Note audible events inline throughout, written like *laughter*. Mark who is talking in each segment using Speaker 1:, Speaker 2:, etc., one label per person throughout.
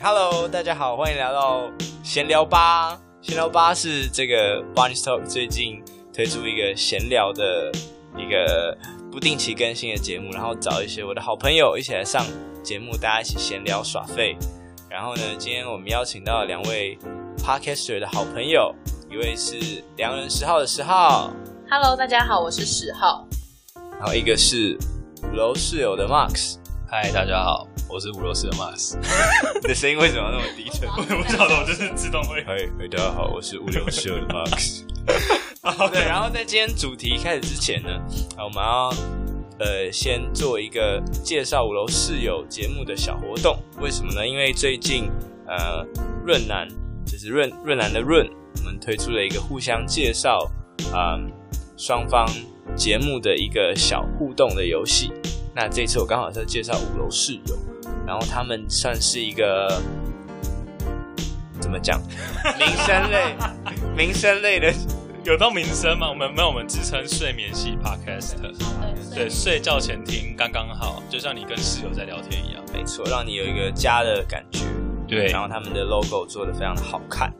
Speaker 1: Hello，大家好，欢迎来到闲聊吧。闲聊吧是这个 Bunny Talk 最近推出一个闲聊的一个不定期更新的节目，然后找一些我的好朋友一起来上节目，大家一起闲聊耍废。然后呢，今天我们邀请到两位 Podcaster 的好朋友，一位是良人十号的十号，
Speaker 2: Hello，大家好，我是十号。
Speaker 1: 然后一个是五楼室友的 Max。
Speaker 3: 嗨，大家好，我是五楼四的 Max。
Speaker 1: 你的声音为什么 *laughs* 那么低沉？
Speaker 2: 我
Speaker 3: *laughs* 我不知道的，我就是自动会。
Speaker 1: 嗨，大家好，我是物流社的 Max。对，然后在今天主题开始之前呢，啊我们要呃先做一个介绍五楼室友节目的小活动。为什么呢？因为最近呃润南就是润润南的润，我们推出了一个互相介绍啊、嗯双方节目的一个小互动的游戏。那这次我刚好是介绍五楼室友，然后他们算是一个怎么讲 *laughs* 民生类民生类的
Speaker 3: 有到名声吗？我们没有，我们自称睡眠系 Podcast。对，睡觉前听刚刚好，就像你跟室友在聊天一样。
Speaker 1: 没错，让你有一个家的感觉。
Speaker 3: 对
Speaker 1: 然后他们的 logo 做的非常的好看。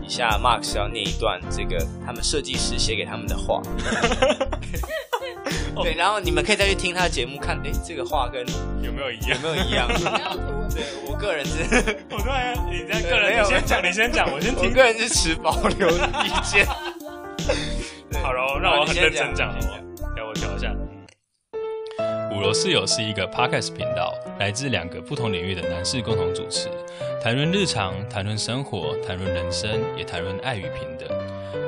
Speaker 1: 以下 Max 要念一段这个他们设计师写给他们的
Speaker 3: *laughs*
Speaker 1: 话。对，然后你们可以再去听他的节目，看哎这个话跟有
Speaker 3: 有没有一样？
Speaker 1: 没有一
Speaker 3: *laughs*
Speaker 1: 样。
Speaker 2: 没有图文
Speaker 1: 对我个人是，
Speaker 3: 我突然，你这样
Speaker 1: 对
Speaker 3: 个
Speaker 1: 没
Speaker 3: 人，
Speaker 1: 有
Speaker 3: 你先讲，你先讲，我先
Speaker 1: 我
Speaker 3: 听。
Speaker 1: 个人是持保留
Speaker 3: *laughs*
Speaker 1: 意见。对
Speaker 3: 好了，让我
Speaker 1: 你
Speaker 3: 很
Speaker 1: 先
Speaker 3: 认真讲
Speaker 1: 讲
Speaker 3: 好吗？让我调一下。五楼室友是一个 podcast 频道，来自两个不同领域的男士共同主持，谈论日常，谈论生活，谈论人生，也谈论爱与平等。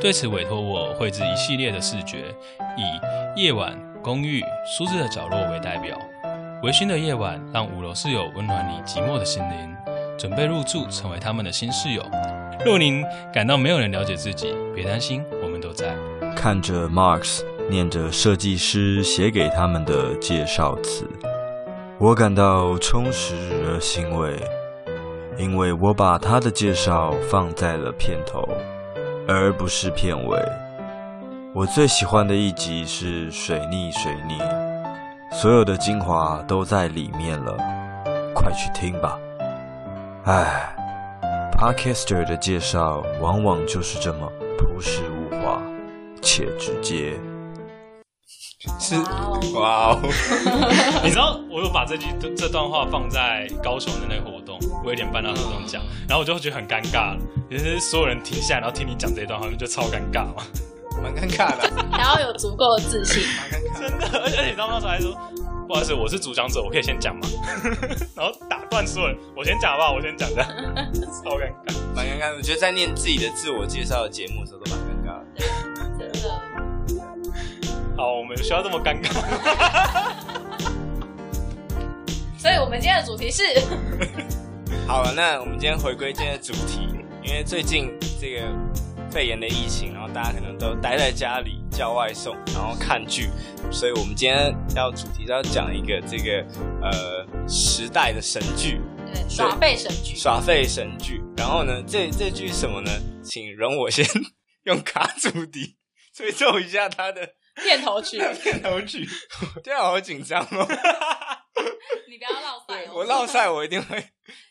Speaker 3: 对此委托我绘制一系列的视觉，以夜晚、公寓、舒适的角落为代表。微醺的夜晚，让五楼室友温暖你寂寞的心灵。准备入住，成为他们的新室友。若您感到没有人了解自己，别担心，我们都在。
Speaker 4: 看着 Marx 念着设计师写给他们的介绍词，我感到充实而欣慰，因为我把他的介绍放在了片头，而不是片尾。我最喜欢的一集是水逆水逆，所有的精华都在里面了，快去听吧。唉 p a r k e s t e r 的介绍往往就是这么朴实无华。且直接。
Speaker 1: 是
Speaker 2: 哇哦
Speaker 1: 哇哦，
Speaker 3: 你知道，我有把这句这段话放在高雄的那个活动，我有点办到活动讲，然后我就觉得很尴尬，就是所有人停下来，然后听你讲这一段话，就超尴尬嘛。
Speaker 1: 蛮尴尬的，
Speaker 2: 还要有足够的自信。
Speaker 1: 蛮尴尬的。
Speaker 3: 真的，而且你知道那时候还说，不好意思，我是主讲者，我可以先讲吗？ *laughs* 然后打断所有人，我先讲吧，我先讲的， *laughs* 超尴尬。
Speaker 1: 蛮尴尬的。我觉得在念自己的自我介绍的节目的时候都蛮尴尬的。
Speaker 2: 真的，
Speaker 3: 好，我们需要这么尴尬？
Speaker 2: *laughs* 所以我们今天的主题是
Speaker 1: 好了，那我们今天回归今天的主题，因为最近这个肺炎的疫情，然后大家可能都待在家里叫外送，然后看剧，所以我们今天要主题要讲一个这个呃时代的神剧，
Speaker 2: 对耍废神剧，
Speaker 1: 耍废神剧。然后
Speaker 2: *laughs*
Speaker 1: 呢，这这剧是什么呢？请容我先用卡祖 *laughs* 笛吹奏一下它的
Speaker 2: 片头 *laughs* 曲。
Speaker 1: 片头
Speaker 3: *laughs*
Speaker 1: 曲，这样好紧张哦。
Speaker 2: 你不要绕赛哦
Speaker 1: 我落赛，我一定会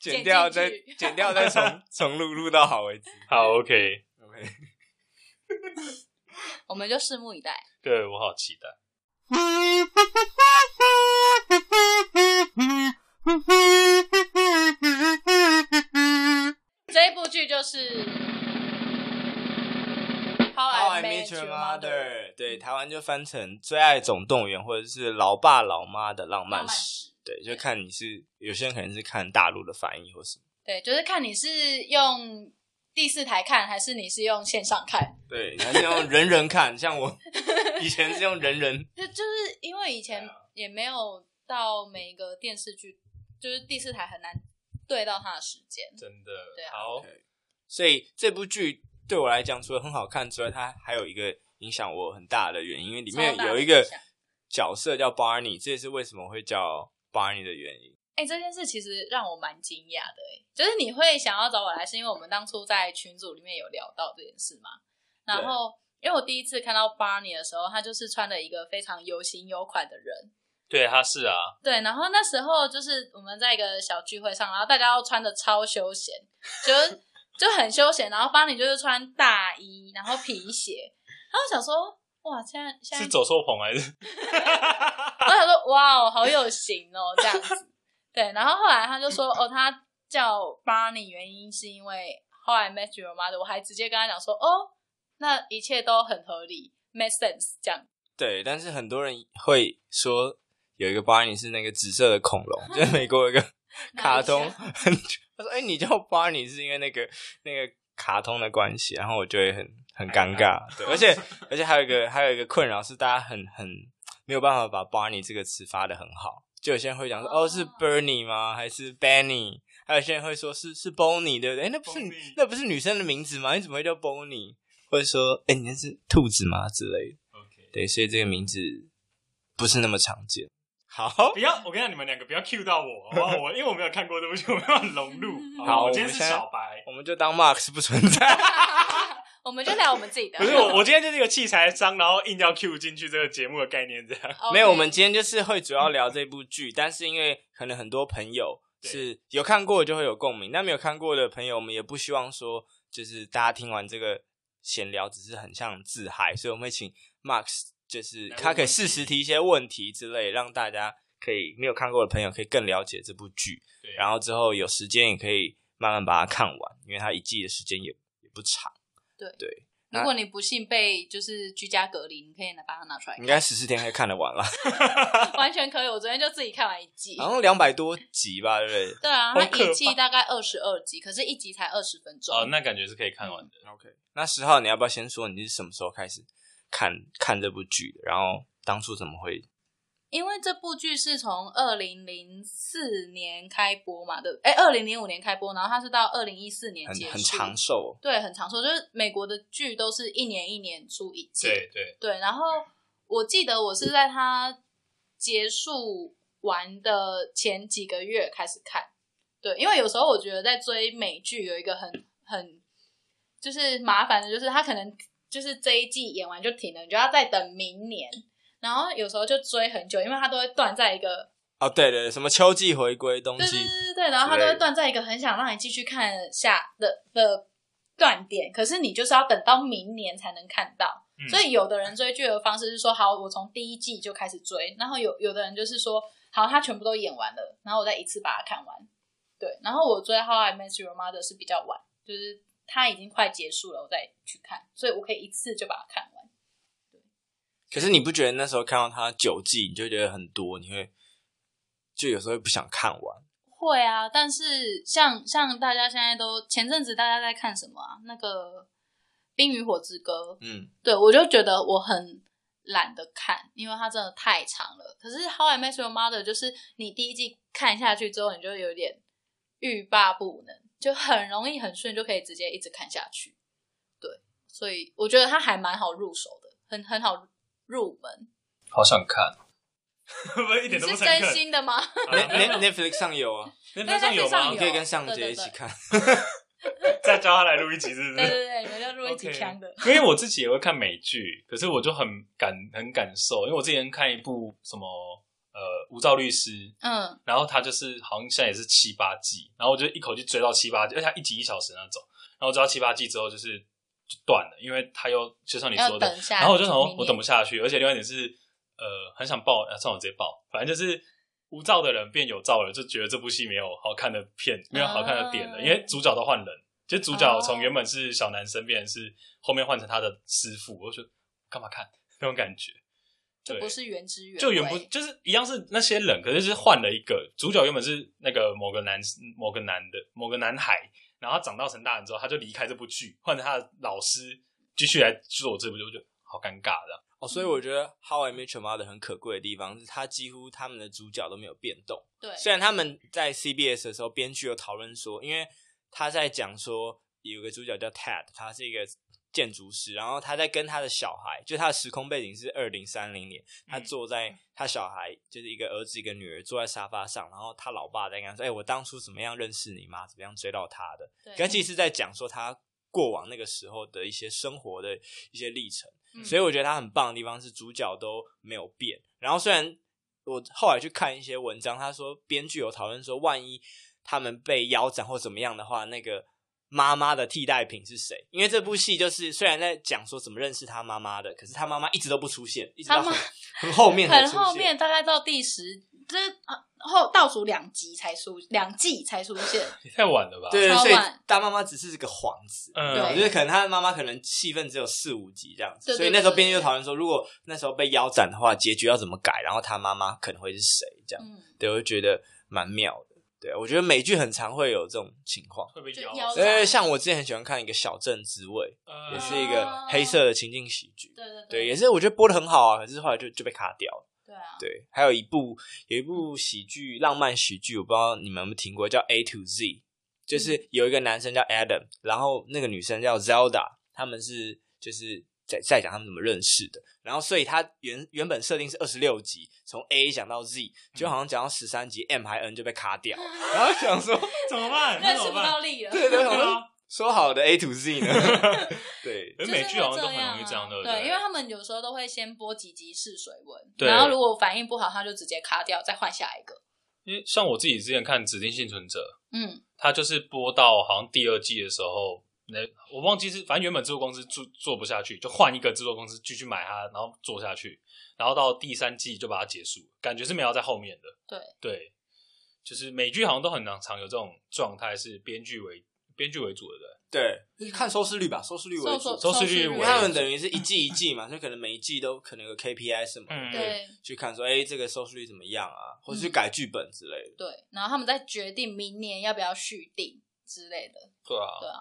Speaker 1: 剪掉，再
Speaker 2: 剪进去
Speaker 1: 剪掉，再重重录录到好为止。
Speaker 3: 好，OK，
Speaker 1: OK，
Speaker 2: 我们就拭目以 *laughs* 待。
Speaker 3: 对我好期待。
Speaker 2: 这一部剧就是《How
Speaker 1: How
Speaker 2: I
Speaker 1: I
Speaker 2: Met
Speaker 1: Met
Speaker 2: Your
Speaker 1: Your
Speaker 2: Mother》嗯
Speaker 1: Mother，对，台湾就翻成《最爱总动员》或者是《老爸老妈的浪漫
Speaker 2: 浪漫
Speaker 1: 史》。对，就看你是有些人可能是看大陆的翻译或什么。
Speaker 2: 对，就是看你是用第四台看，还是你是用线上看。 *laughs*
Speaker 1: 对，然后用人人看，像我以前是用人人，
Speaker 2: 就就是因为以前
Speaker 1: 啊
Speaker 2: 也没有到每一个电视剧，就是第四台很难对到它的时间。
Speaker 3: 真的
Speaker 2: 对啊
Speaker 3: 好，
Speaker 1: 所以这部剧对我来讲，除了很好看之外，它还有一个影响我很大的原因，因为里面
Speaker 2: 超大的
Speaker 1: 有一个
Speaker 2: 影响
Speaker 1: 角色叫 Barney，这也是为什么会叫 Barney 的原因。
Speaker 2: 哎、这件事其实让我蛮惊讶的、哎，就是你会想要找我来，是因为我们当初在群组里面有聊到这件事嘛？然后，因为我第一次看到 Barney 的时候，他就是穿了一个非常有型有款的人，
Speaker 3: 对，他是啊，
Speaker 2: 对，然后那时候就是我们在一个小聚会上，然后大家都穿的超休闲，就就很休闲，然后帮你就是穿大衣，然后皮鞋，然后想说哇，现在现在
Speaker 3: 是走错棚还是？
Speaker 2: 我想说哇哦，好有型哦，这样子。对，然后后来他就说哦，他叫 Barney 原因是因为后来 Match Your Mother，我还直接跟他讲说哦，那一切都很合理，make sense 这样。
Speaker 1: 对，但是很多人会说有一个 Barney 是那个紫色的恐
Speaker 2: *laughs*
Speaker 1: 龙，就是美国有一个 *laughs* 卡通，他说：“哎、你叫 Barney 是因为那个那个卡通的关系。”然后我就会很很尴尬，对，而且而且还有一个还有一个困扰是，大家很很没有办法把 Barney 这个词发的很好，就有些人会讲说：“哦，是
Speaker 2: 哦
Speaker 1: Bernie 吗？还是 Benny？” 还有些人会说是是 Bonnie，对不对？哎，那不是
Speaker 3: Bonnie
Speaker 1: 那不是女生的名字吗？你怎么会叫 Bonnie？或者说，哎，你那是兔子吗？之类的。
Speaker 3: OK，
Speaker 1: 对，所以这个名字不是那么常见。好
Speaker 3: 不，要，我跟你讲，你们两个不要 cue 到我，好不好？我因为我没有看过，对不起，我没有
Speaker 2: *laughs*
Speaker 3: 融入。不
Speaker 1: 好
Speaker 3: 我
Speaker 1: 我
Speaker 3: 今天
Speaker 1: 们
Speaker 3: 是
Speaker 1: 现在
Speaker 3: 小白，
Speaker 1: 我们就当 Max 不存在。
Speaker 2: 我们就 *laughs* 聊我们自己的，
Speaker 3: 不是我，我今天就是一个器材商，然后硬要 cue 进去这个节目的概念，这样。
Speaker 2: OK
Speaker 1: 没有，我们今天就是会主要聊这部剧，但是因为可能很多朋友
Speaker 3: 对
Speaker 1: 是有看过就会有共鸣，那没有看过的朋友，我们也不希望说就是大家听完这个闲聊只是很像自嗨，所以我们会请 Max 就是
Speaker 3: 来问
Speaker 1: 他可以
Speaker 3: 问题
Speaker 1: 适时提一些问题之类，让大家可以没有看过的朋友可以更了解这部剧。
Speaker 3: 对
Speaker 1: 然后之后有时间也可以慢慢把它看完，因为它一季的时间也也不长，
Speaker 2: 如果你不幸被就是居家隔离，你可以拿把它拿出来
Speaker 1: 应该十四天可以看得完了， *laughs*
Speaker 2: 看，完全可以。我昨天就自己看完一季，
Speaker 1: 好像两百多集吧，对不对
Speaker 2: 对啊，
Speaker 3: 好
Speaker 2: 它
Speaker 3: 可
Speaker 2: 一季大概二十二集，可是一集才二十分钟。
Speaker 3: 哦，那感觉是可以看完的。
Speaker 1: ？OK，那十号你要不要先说你是什么时候开始看看这部剧的？然后当初怎么会？
Speaker 2: 因为这部剧是从二零零四年开播嘛，对不对？哎，二零零五年开播，然后它是到二零一四年
Speaker 1: 很
Speaker 2: 结束，
Speaker 1: 很长，寿、哦，
Speaker 2: 对，很长寿。就是美国的剧都是一年一年出一季，
Speaker 3: 对对，
Speaker 2: 对，然后我记得我是在它结束完的前几个月开始看，对，因为有时候我觉得在追美剧有一个很很就是麻烦的，就是它可能就是这一季演完就停了，你就要再等明年，然后有时候就追很久，因为它都会断在一个
Speaker 1: 哦，对对对，什么秋季回归、冬
Speaker 2: 对
Speaker 1: 季
Speaker 2: 对对对对，然后它都会断在一个很想让你继续看下的的断点，可是你就是要等到明年才能看到。
Speaker 3: 嗯
Speaker 2: 所以有的人追剧的方式是说，好，我从第一季就开始追，然后有有的人就是说，好，他全部都演完了，然后我再一次把它看完。对，然后我追《How I Met Your Mother》是比较晚，就是它已经快结束了，我再去看，所以我可以一次就把它看完。
Speaker 1: 可是你不觉得那时候看到它九季，你就觉得很多，你会就有时候会不想看完。
Speaker 2: 会啊，但是像像大家现在都前阵子大家在看什么啊？那个《冰与火之歌》， *laughs*
Speaker 1: 嗯，
Speaker 2: 对，我就觉得我很懒得看，因为它真的太长了。可是《How I Met Your Mother》就是你第一季看下去之后，你就有点欲罢不能，就很容易很顺就可以直接一直看下去。对，所以我觉得它还蛮好入手的，很很好入门。
Speaker 3: 好想看， *laughs* 不一
Speaker 2: 你
Speaker 3: 点都不
Speaker 2: 是
Speaker 3: 诚
Speaker 2: 真
Speaker 3: 恳。
Speaker 2: 心的
Speaker 3: *laughs*
Speaker 2: 吗？
Speaker 1: Net Net- Netflix 上有啊，
Speaker 3: 那边上有吗
Speaker 1: 你？可以跟上杰一起
Speaker 2: *laughs*
Speaker 1: 看。
Speaker 3: 再教他来录一集，是不
Speaker 2: 对
Speaker 3: 是？
Speaker 2: 对对，你们就入一集枪的。
Speaker 3: *laughs* 因为我自己也会看美剧，可是我就很感很感受，因为我之前看一部什么呃《无照律师》，
Speaker 2: 嗯，
Speaker 3: 然后他就是好像现在也是七八季，然后我就一口气追到七八季，而且它一集一小时那种，然后追到七八季之后就是就断了，因为他又就像你
Speaker 2: 要
Speaker 3: 说的
Speaker 2: 等，下
Speaker 3: 然后我就想说
Speaker 2: 明
Speaker 3: 我
Speaker 2: 年
Speaker 3: 等不下去，而且另外一点是呃很想爆，啊、算了我直接爆，反正就是。无照的人变有照了，就觉得这部戏没有好看的片，没有好看的点了，
Speaker 2: 啊
Speaker 3: 因为主角都换人，就主角
Speaker 2: 哦
Speaker 3: 从原本是小男生变成是后面换成他的师傅，我就觉得干嘛看 *laughs* 那种感觉，
Speaker 2: 就
Speaker 3: 对
Speaker 2: 不是原汁原味，
Speaker 3: 就原不就是一样是那些人，可是就是换了一个主角，原本是那个某个男某个男的某个男孩，然后他长大成大人之后，他就离开这部剧，换成他的老师继续来做这部剧，我就好尴尬的。
Speaker 1: 哦，所以我觉得《How I Met Your Mother》很可贵的地方是，它几乎他们的主角都没有变动。
Speaker 2: 对，
Speaker 1: 虽然他们在 CBS 的时候，编剧有讨论说，因为他在讲说有个主角叫 Ted，他是一个建筑师，然后他在跟他的小孩，就他的时空背景是二零三零年，他坐在他小孩就是一个儿子一个女儿坐在沙发上，然后他老爸在跟他说：“哎、我当初怎么样认识你妈，怎么样追到她的。”
Speaker 2: 对
Speaker 1: 可其实是在讲说他过往那个时候的一些生活的一些历程。
Speaker 2: 嗯
Speaker 1: 所以我觉得他很棒的地方是主角都没有变。然后虽然我后来去看一些文章，他说编剧有讨论说，万一他们被腰斩或怎么样的话，那个妈妈的替代品是谁？因为这部戏就是虽然在讲说怎么认识他妈妈的，可是他妈妈一直都不出现，一直到
Speaker 2: 他
Speaker 1: 很
Speaker 2: 妈
Speaker 1: 很后面才
Speaker 2: 很
Speaker 1: 出
Speaker 2: 后
Speaker 1: 现
Speaker 2: 面，大概到第十，这啊后倒数两集才出，两季才出
Speaker 1: *laughs*
Speaker 2: 现。
Speaker 3: 也太晚了吧？
Speaker 1: 对，
Speaker 2: 超
Speaker 1: 所以
Speaker 2: 晚
Speaker 1: 大妈妈只是个幌子。
Speaker 2: 对
Speaker 1: 我觉得可能他的妈妈可能戏份只有四五集这样子，
Speaker 2: 对对
Speaker 1: 所以那时候
Speaker 2: 对
Speaker 1: 编剧就
Speaker 2: 对
Speaker 1: 讨论说，如果那时候被腰斩的话，结局要怎么改，然后他妈妈可能会是谁这样，
Speaker 2: 嗯，
Speaker 1: 对，我就觉得蛮妙的。对，啊我觉得美剧很常会有这种情况。
Speaker 3: 会被
Speaker 2: 就
Speaker 3: 咬
Speaker 2: 腰
Speaker 3: 死
Speaker 2: 斩
Speaker 1: 呃，像我之前很喜欢看一个《小镇之味》，
Speaker 3: 呃
Speaker 1: 也是一个黑色的情境喜剧，
Speaker 2: 对啊对
Speaker 1: 对，也是我觉得播的很好啊，可是后来就就被卡掉了。
Speaker 2: 对啊，
Speaker 1: 对，还有一部有一部喜剧浪漫喜剧，我不知道你们有没有听过，叫《A to Z》，就是
Speaker 3: 嗯
Speaker 1: 有一个男生叫 Adam，然后那个女生叫 Zelda，他们是就是在在讲他们怎么认识的。然后，所以他原原本设定是二十六集，从 A 讲到 Z，就
Speaker 3: 嗯
Speaker 1: 好像讲到十三集，M 还 N 就被卡
Speaker 3: *laughs*
Speaker 1: 掉。然后想说，
Speaker 3: 怎么办？
Speaker 2: 啊
Speaker 3: 那
Speaker 2: 认
Speaker 3: 怎
Speaker 2: 识
Speaker 3: 么
Speaker 2: 不到
Speaker 3: 办？
Speaker 2: 力了。
Speaker 1: 对对，我想
Speaker 3: 对
Speaker 1: 说
Speaker 3: 啊，
Speaker 1: 说好的 A to Z
Speaker 3: *laughs*
Speaker 1: 呢？对，
Speaker 2: 就是
Speaker 3: 可
Speaker 2: 是
Speaker 3: 美
Speaker 2: 会
Speaker 3: 剧好像都
Speaker 2: 这
Speaker 3: 很容易这样，
Speaker 2: 啊
Speaker 3: 对不
Speaker 2: 对？因为他们有时候都会先播几集试水温，
Speaker 3: 对
Speaker 2: 然后如果反应不好，他就直接卡掉，再换下一个。
Speaker 3: 因为像我自己之前看《指定幸存者》，
Speaker 2: 嗯，
Speaker 3: 他就是播到好像第二季的时候，那我忘记是反正原本制作公司做做不下去，就换一个制作公司继续买它，然后做下去，然后到第三季就把它结束，感觉是没有在后面的。
Speaker 2: 对
Speaker 3: 对，就是美剧好像都很常常有这种状态，是编剧为编剧为主的，对不
Speaker 1: 对，看收视率吧，收视率为
Speaker 2: 收
Speaker 1: 主
Speaker 2: 收。
Speaker 3: 收视率
Speaker 1: 因为
Speaker 3: 为主
Speaker 1: 他们等于是一季一季嘛，所以可能每一季都可能有 KPI 什么的，
Speaker 3: 嗯
Speaker 2: 对
Speaker 1: 去看说，哎、这个收视率怎么样啊，或者去
Speaker 2: 嗯
Speaker 1: 改剧本之类的。
Speaker 2: 对，然后他们再决定明年要不要续订之类的。
Speaker 3: 对啊
Speaker 2: 对啊，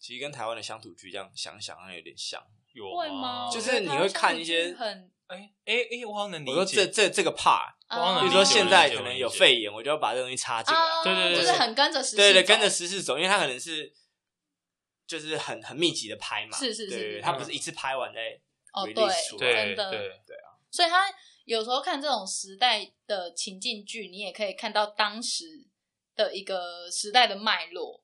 Speaker 1: 其实跟台湾的乡土剧这样想想，好像有点像。
Speaker 3: 有
Speaker 2: 会吗？
Speaker 1: 就是
Speaker 2: 我觉得
Speaker 1: 你
Speaker 2: 他们
Speaker 1: 会
Speaker 2: 相
Speaker 1: 看
Speaker 2: 处
Speaker 1: 一些
Speaker 2: 就是很，
Speaker 3: 哎哎哎，我好像能理
Speaker 1: 我
Speaker 3: 解。
Speaker 1: 说这这这个 part，
Speaker 3: 光
Speaker 2: 啊
Speaker 1: 比如
Speaker 3: 能理解
Speaker 1: 说现在
Speaker 3: 我理解
Speaker 1: 可能有
Speaker 3: 我理解
Speaker 1: 肺炎，我就要把这东西插进来。
Speaker 2: 啊，
Speaker 3: 对对对
Speaker 2: 就是很跟着时
Speaker 1: 对对，
Speaker 2: 事
Speaker 1: 跟着
Speaker 2: 走
Speaker 1: 时事走，因为它可能是就是很很密集的拍嘛。
Speaker 2: 是是是
Speaker 1: 对对对
Speaker 2: 是
Speaker 1: 它不是
Speaker 3: 嗯
Speaker 1: 一次拍完再
Speaker 2: 哦，对
Speaker 1: release 出来
Speaker 3: 对
Speaker 2: 真的
Speaker 3: 对
Speaker 2: 所以他有时候看这种时代的情境剧，你也可以看到当时的一个时代的脉络。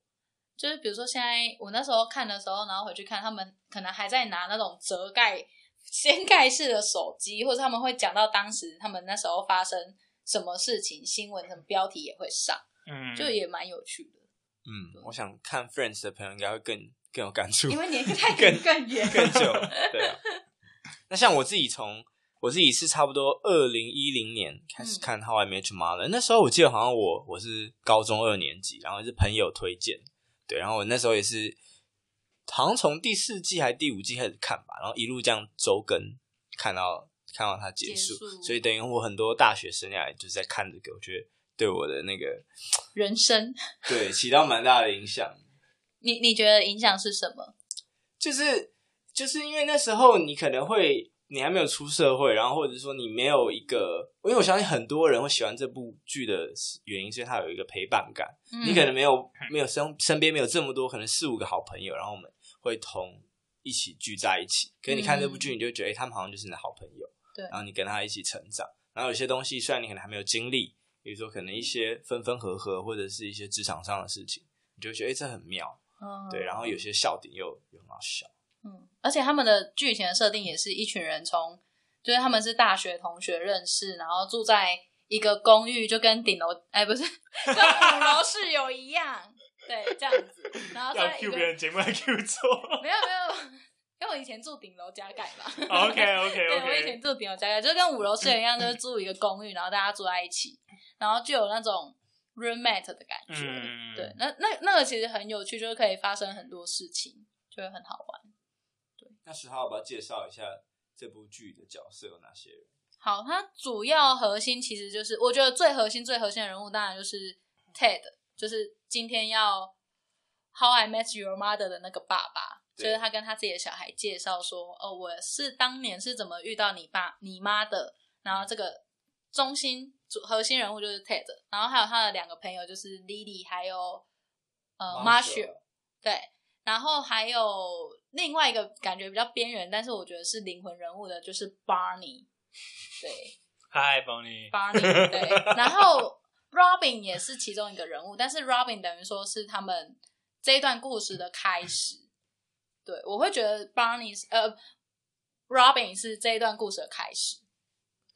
Speaker 2: 就是比如说，现在我那时候看的时候，然后回去看，他们可能还在拿那种折盖、 *laughs* 掀盖式的手机，或者他们会讲到当时他们那时候发生什么事情，新闻什么标题也会上，
Speaker 3: 嗯，
Speaker 2: 就也蛮有趣
Speaker 1: *laughs*
Speaker 2: 的。
Speaker 1: 嗯，我想看 Friends 的朋友应该会更更有感触。
Speaker 2: 因为
Speaker 1: *laughs*
Speaker 2: 年代
Speaker 1: 更
Speaker 2: 更远，
Speaker 1: 更久，对啊。那像我自己从我自己是差不多二零一零年开始看《How I Met Your Mother》，那时候我记得好像我我是高中二年级，然后是朋友推荐，对，然后我那时候也是好像从第四季还是第五季开始看吧，然后一路这样周更看到看到它结束，
Speaker 2: 结束
Speaker 1: 所以等于我很多大学生涯就是在看这个，我觉得对我的那个
Speaker 2: 人生，
Speaker 1: 对起到蛮大的影响。
Speaker 2: 你你觉得影响是什么？
Speaker 1: 就是就是因为那时候你可能会你还没有出社会，然后或者说你没有一个，因为我相信很多人会喜欢这部剧的原因，是它有一个陪伴感。你可能没有没有身身边没有这么多，可能四五个好朋友，然后我们会同一起聚在一起。可是你看这部剧，你就觉得、诶他们好像就是你的好朋友，
Speaker 2: 嗯对
Speaker 1: 然后你跟他一起成长。然后有些东西虽然你可能还没有经历，比如说可能一些分分合合，或者是一些职场上的事情，你就会觉得哎、诶这很妙，
Speaker 2: 嗯
Speaker 1: 对。然后有些笑点又又很好笑。
Speaker 2: 嗯，而且他们的剧情的设定也是一群人从，就是他们是大学同学认识，然后住在一个公寓，就跟顶楼哎不是跟五楼室友一样，对，这样子，然后在一个
Speaker 3: Q 别人节目来 Q 做
Speaker 2: *laughs* 没有没有，因为我以前住顶楼加盖嘛
Speaker 3: ，OK OK
Speaker 2: *laughs* 对我以
Speaker 3: OK，
Speaker 2: 前住顶楼加盖，就跟五楼室友一样，就是住一个公寓，然后大家住在一起，然后就有那种 roommate 的感觉，
Speaker 3: 嗯，
Speaker 2: 对，那那那个其实很有趣，就是可以发生很多事情，就会很好玩。
Speaker 1: 那十号，要不要介绍一下这部剧的角色有哪些人？
Speaker 2: 好，它主要核心其实就是，我觉得最核心、最核心的人物当然就是 Ted，就是今天要《How I Met Your Mother》的那个爸爸，
Speaker 1: 对
Speaker 2: 就是他跟他自己的小孩介绍说，哦，我是当年是怎么遇到你爸、你妈的，然后这个中心主核心人物就是 Ted，然后还有他的两个朋友就是 Lily 还有呃
Speaker 1: Marshall
Speaker 2: Marshall，对，然后还有另外一个感觉比较边缘，但是我觉得是灵魂人物的，就是 Barney，对。
Speaker 3: 嗨，邦
Speaker 1: *laughs*
Speaker 3: 尼，
Speaker 2: Barney 对，然后 Robin 也是其中一个人物，但是 Robin 等于说是他们这一段故事的开始。对，我会觉得 Barney 是呃 Robin 是这一段故事的开始。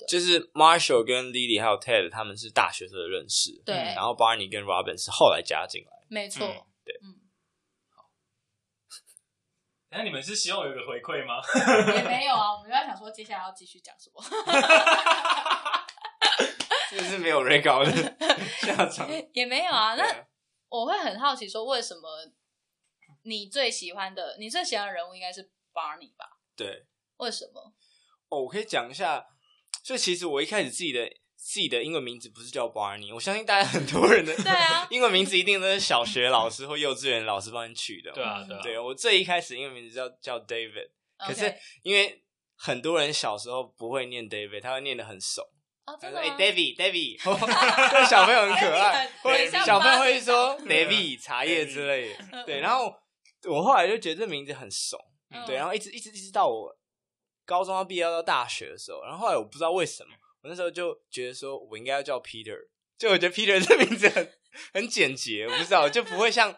Speaker 1: 就是 Marshall 跟 Lily 还有 Ted 他们是大学时候认识，
Speaker 2: 对
Speaker 1: 然后 Barney 跟 Robin 是后来加
Speaker 2: *laughs*
Speaker 1: 进来。
Speaker 2: 没错，
Speaker 3: 嗯
Speaker 1: 对
Speaker 2: 嗯，
Speaker 3: 那你们是希望有一个回馈吗？
Speaker 2: 也没有啊，我们就在想说接下来要继续讲什么， *laughs*
Speaker 1: 这是没有 r e 高的
Speaker 2: *laughs*
Speaker 1: 下场。
Speaker 2: 也没有啊。
Speaker 1: 对
Speaker 2: 那
Speaker 1: 啊
Speaker 2: 我会很好奇，说为什么你最喜欢的，你最喜欢的人物应该是 Barney 吧？
Speaker 1: 对
Speaker 2: 为什么？
Speaker 1: *laughs* 哦，我可以讲一下，所以其实我一开始自己的自己的英文名字不是叫 Barney，我相信大家很多人的
Speaker 2: 对啊
Speaker 1: *laughs* 英文名字一定都是小学老师或幼稚园老师帮你取的。
Speaker 3: *laughs* 对啊，对啊，
Speaker 1: 对我最一开始英文名字叫叫 David，可是
Speaker 2: OK
Speaker 1: 因为很多人小时候不会念 David，他会念的很怂。
Speaker 2: 哦，
Speaker 1: 他
Speaker 2: 真
Speaker 1: 说：“
Speaker 2: 的
Speaker 1: 哎、
Speaker 2: 吗
Speaker 1: d a v i d d a v i 这 *laughs* 小朋友很可爱 *laughs*
Speaker 2: David 很，
Speaker 1: 会
Speaker 2: 很像
Speaker 1: 小朋友
Speaker 2: 巴
Speaker 1: 会
Speaker 2: 厘岛
Speaker 1: 说嗯 “David” 茶叶之类的。对，然后我后来就觉得这名字很怂，
Speaker 2: 嗯
Speaker 1: 对，然后一直一直一直到我高中要毕业到大学的时候，然后后来我不知道为什么，我那时候就觉得说我应该要叫 Peter，就我觉得 Peter 这名字很 *laughs* 很简洁，我不知道就不会像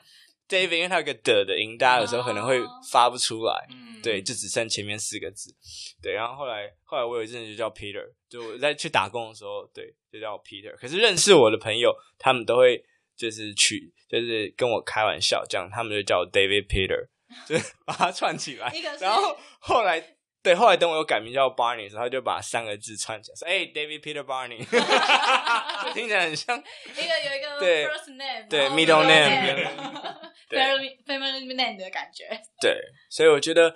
Speaker 1: David，因为它有个的的音，大家有时候可能会
Speaker 2: 哦
Speaker 1: 发不出来。
Speaker 3: 嗯
Speaker 1: 对，就只剩前面四个字。对，然后后来后来我有一阵子就叫 Peter，就我在去打工的时候，对，就叫我 Peter。可是认识我的朋友，他们都会就是取，就是跟我开玩笑，这样他们就叫我 David Peter，就是把它串起来。
Speaker 2: 一个是
Speaker 1: 然后后来。对，后来等我有改名叫 Barney 的时候，他就把三个字串起来，说：“哎、d a v i d Peter Barney，就听起来很像
Speaker 2: 一个有一个
Speaker 1: 对
Speaker 2: first name，
Speaker 1: 对
Speaker 2: 然后
Speaker 1: middle
Speaker 3: name
Speaker 1: 对
Speaker 2: family *laughs* family name 的感觉。
Speaker 1: 对，所以我觉得，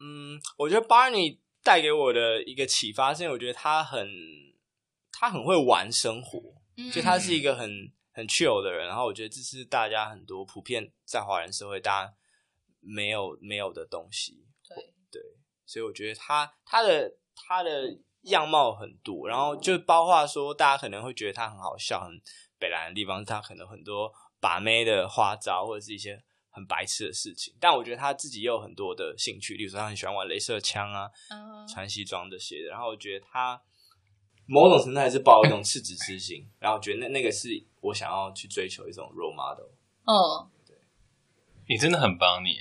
Speaker 1: 嗯，我觉得 Barney 带给我的一个启发，是因为我觉得他很他很会玩生活，
Speaker 2: 嗯
Speaker 1: 就他是一个很很 chill 的人。然后我觉得这是大家很多普遍在华人社会大家没有没有的东西。
Speaker 2: 对
Speaker 1: 对，所以我觉得他他的他的样貌很多，然后就包括说大家可能会觉得他很好笑、很北兰的地方，他可能很多把妹的花招或者是一些很白痴的事情，但我觉得他自己也有很多的兴趣，例如说他很喜欢玩镭射枪啊，
Speaker 2: 嗯
Speaker 1: 穿西装这些的。然后我觉得他某种程度还是抱一种赤子之心，然后我觉得那那个是我想要去追求一种 role model。
Speaker 2: 嗯，
Speaker 3: 你真的很帮你，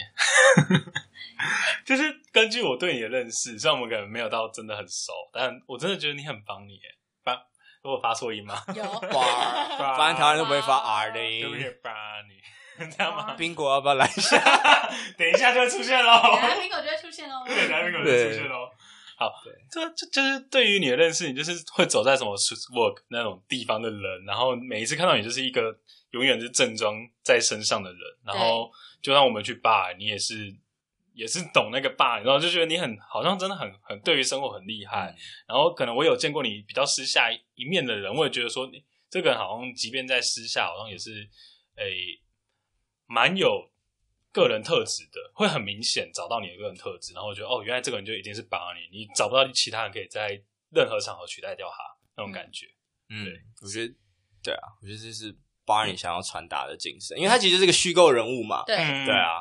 Speaker 3: *laughs* 就是根据我对你的认识，虽然我们可能没有到真的很熟，但我真的觉得你很帮你耶。发，我有发错音吗？
Speaker 2: 有
Speaker 1: 哇， *laughs* 反正台湾都不会发 R 的欸
Speaker 3: 对不
Speaker 1: 音。
Speaker 3: 起，帮你， *laughs* 这样吗？
Speaker 1: 苹果要不要来一 *laughs* 下？
Speaker 3: 等一下就会出现喽。
Speaker 2: 等下苹果就会出现哦。
Speaker 3: 对，南美狗就出现喽。好
Speaker 1: 对，
Speaker 3: 这这就是对于你的认识，你就是会走在什么 suit work 那种地方的人，然后每一次看到你就是一个永远是正装在身上的人，然后就让我们去 bar，你也是也是懂那个 bar，然后就觉得你很好像真的很很对于生活很厉
Speaker 1: 嗯
Speaker 3: 害，然后可能我有见过你比较私下一面的人，我也觉得说你这个人好像即便在私下好像也是诶蛮有个人特质的，会很明显找到你的个人特质，然后我觉得哦，原来这个人就一定是把你，你找不到其他人可以在任何场合取代掉他那种感觉。
Speaker 1: 嗯
Speaker 3: 对，
Speaker 1: 我觉得对啊，我觉得这是 Barney 想要传达的精神，因为他其实就是个虚构人物嘛。
Speaker 2: 对，
Speaker 1: 对，啊，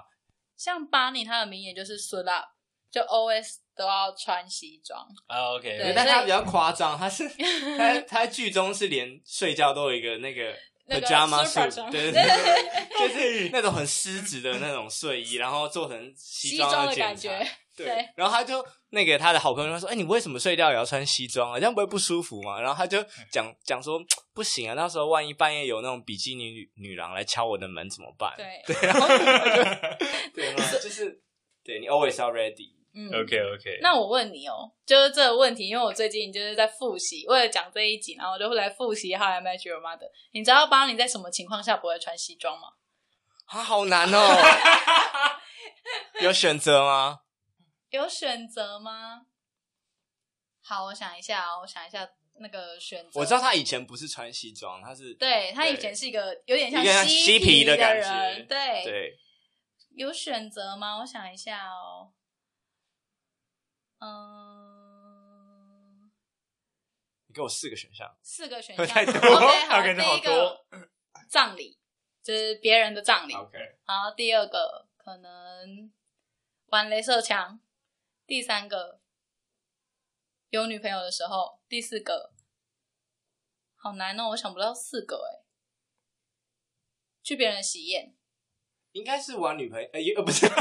Speaker 2: 像 Barney 他的名言就是 “suit up”，就 always 都要穿西装。
Speaker 3: 啊 OK，
Speaker 2: 对
Speaker 1: 但
Speaker 2: 所以
Speaker 1: 他比较夸张，他
Speaker 2: *laughs*
Speaker 1: 是他他剧中是连睡觉都有一个那个。
Speaker 2: 那个
Speaker 1: pajama
Speaker 2: super
Speaker 1: suit，
Speaker 2: 装 *laughs*
Speaker 1: 对对对，就是那种很狮子的那种睡衣，然后做成西
Speaker 2: 西
Speaker 1: 装
Speaker 2: 装的感
Speaker 1: 剪裁
Speaker 2: 觉，
Speaker 1: 对
Speaker 2: 对，
Speaker 1: 然后他就那个他的好朋友就说：“哎、你为什么睡觉也要穿西装啊？这样不会不舒服吗？”然后他就讲讲说：“不行啊，那时候万一半夜有那种比基尼女女郎来敲我的门怎么办？”
Speaker 2: 对，
Speaker 1: 然后他就对 *laughs* 吗？就是对你 always 要 ready。 *laughs*
Speaker 2: 嗯
Speaker 3: OK OK，
Speaker 2: 那我问你哦，就是这个问题，因为我最近就是在复习，为了讲这一集，然后我就会来复习《How I Met Your Mother》。你知道巴尼在什么情况下不会穿西装吗？
Speaker 1: 啊，好难
Speaker 2: *laughs*
Speaker 1: 哦！有选择吗？
Speaker 2: 有选择吗？好，我想一下、哦，我想一下那个选择。
Speaker 1: 我知道，他以前不是穿西装，他是
Speaker 2: 对他以
Speaker 1: 对
Speaker 2: 前是一个有点像
Speaker 1: 一个像嬉皮
Speaker 2: 皮
Speaker 1: 的感觉
Speaker 2: 人，对
Speaker 1: 对
Speaker 2: 有选择吗？我想一下哦，嗯，
Speaker 1: 你给我四个选项，
Speaker 2: 四个选
Speaker 1: 会
Speaker 2: 项
Speaker 1: 太多
Speaker 2: OK，好，
Speaker 3: 感觉
Speaker 2: 第
Speaker 3: 好
Speaker 2: 一个葬礼，就是别人的葬礼。
Speaker 1: OK
Speaker 2: 然后第二个可能玩镭射枪，第三个有女朋友的时候，第四个欸
Speaker 1: *laughs*
Speaker 2: 好难哦，我想不到四个哎。去别人的喜宴，
Speaker 1: 应该是玩女朋友，呃，也呃不是，
Speaker 2: 没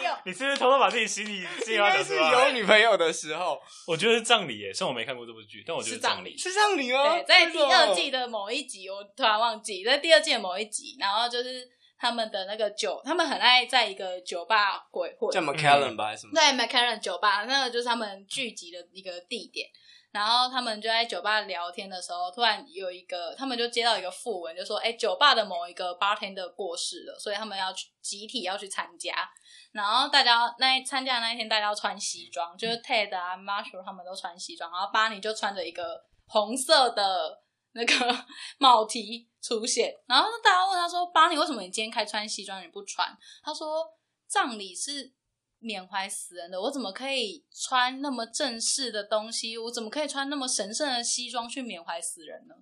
Speaker 1: *laughs* 哦
Speaker 2: 有，
Speaker 5: 你是不是偷偷把自己心里计
Speaker 1: 应
Speaker 5: 划
Speaker 1: 该
Speaker 5: 讲
Speaker 1: 是
Speaker 5: 出来？
Speaker 1: 有女朋友的时候，
Speaker 3: 我觉得是葬礼耶，虽然我没看过这部剧，但我觉得
Speaker 2: 是葬
Speaker 3: 葬礼
Speaker 2: 礼
Speaker 1: 是这样你吗？
Speaker 2: 对，在第二季
Speaker 1: 哦的
Speaker 2: 的某一集，我突然忘记，在第二季的某一集，然后就是他们的那个酒，他们很爱在一个酒吧鬼混，
Speaker 1: 哦叫 McCallum 吧，还是什么？
Speaker 2: 在 McLaren 酒吧，那个就是他们聚集的一个地点。然后他们就在酒吧聊天的时候，突然有一个，他们就接到一个讣文，就说：“哎，酒吧的某一个 bartender 过世了，所以他们要去集体要去参加。然后大家那一参加的那一天，大家要穿西装，
Speaker 1: 嗯
Speaker 2: 就是 Ted 啊、Marshall 他们都穿西装，然后巴尼就穿着一个红色的那个 *laughs* 帽 T 出现。然后大家问他说：巴尼，为什么你今天开穿西装你不穿？他说葬礼是缅怀死人的，我怎么可以穿那么正式的东西？我怎么可以穿那么神圣的西装去缅怀死人呢？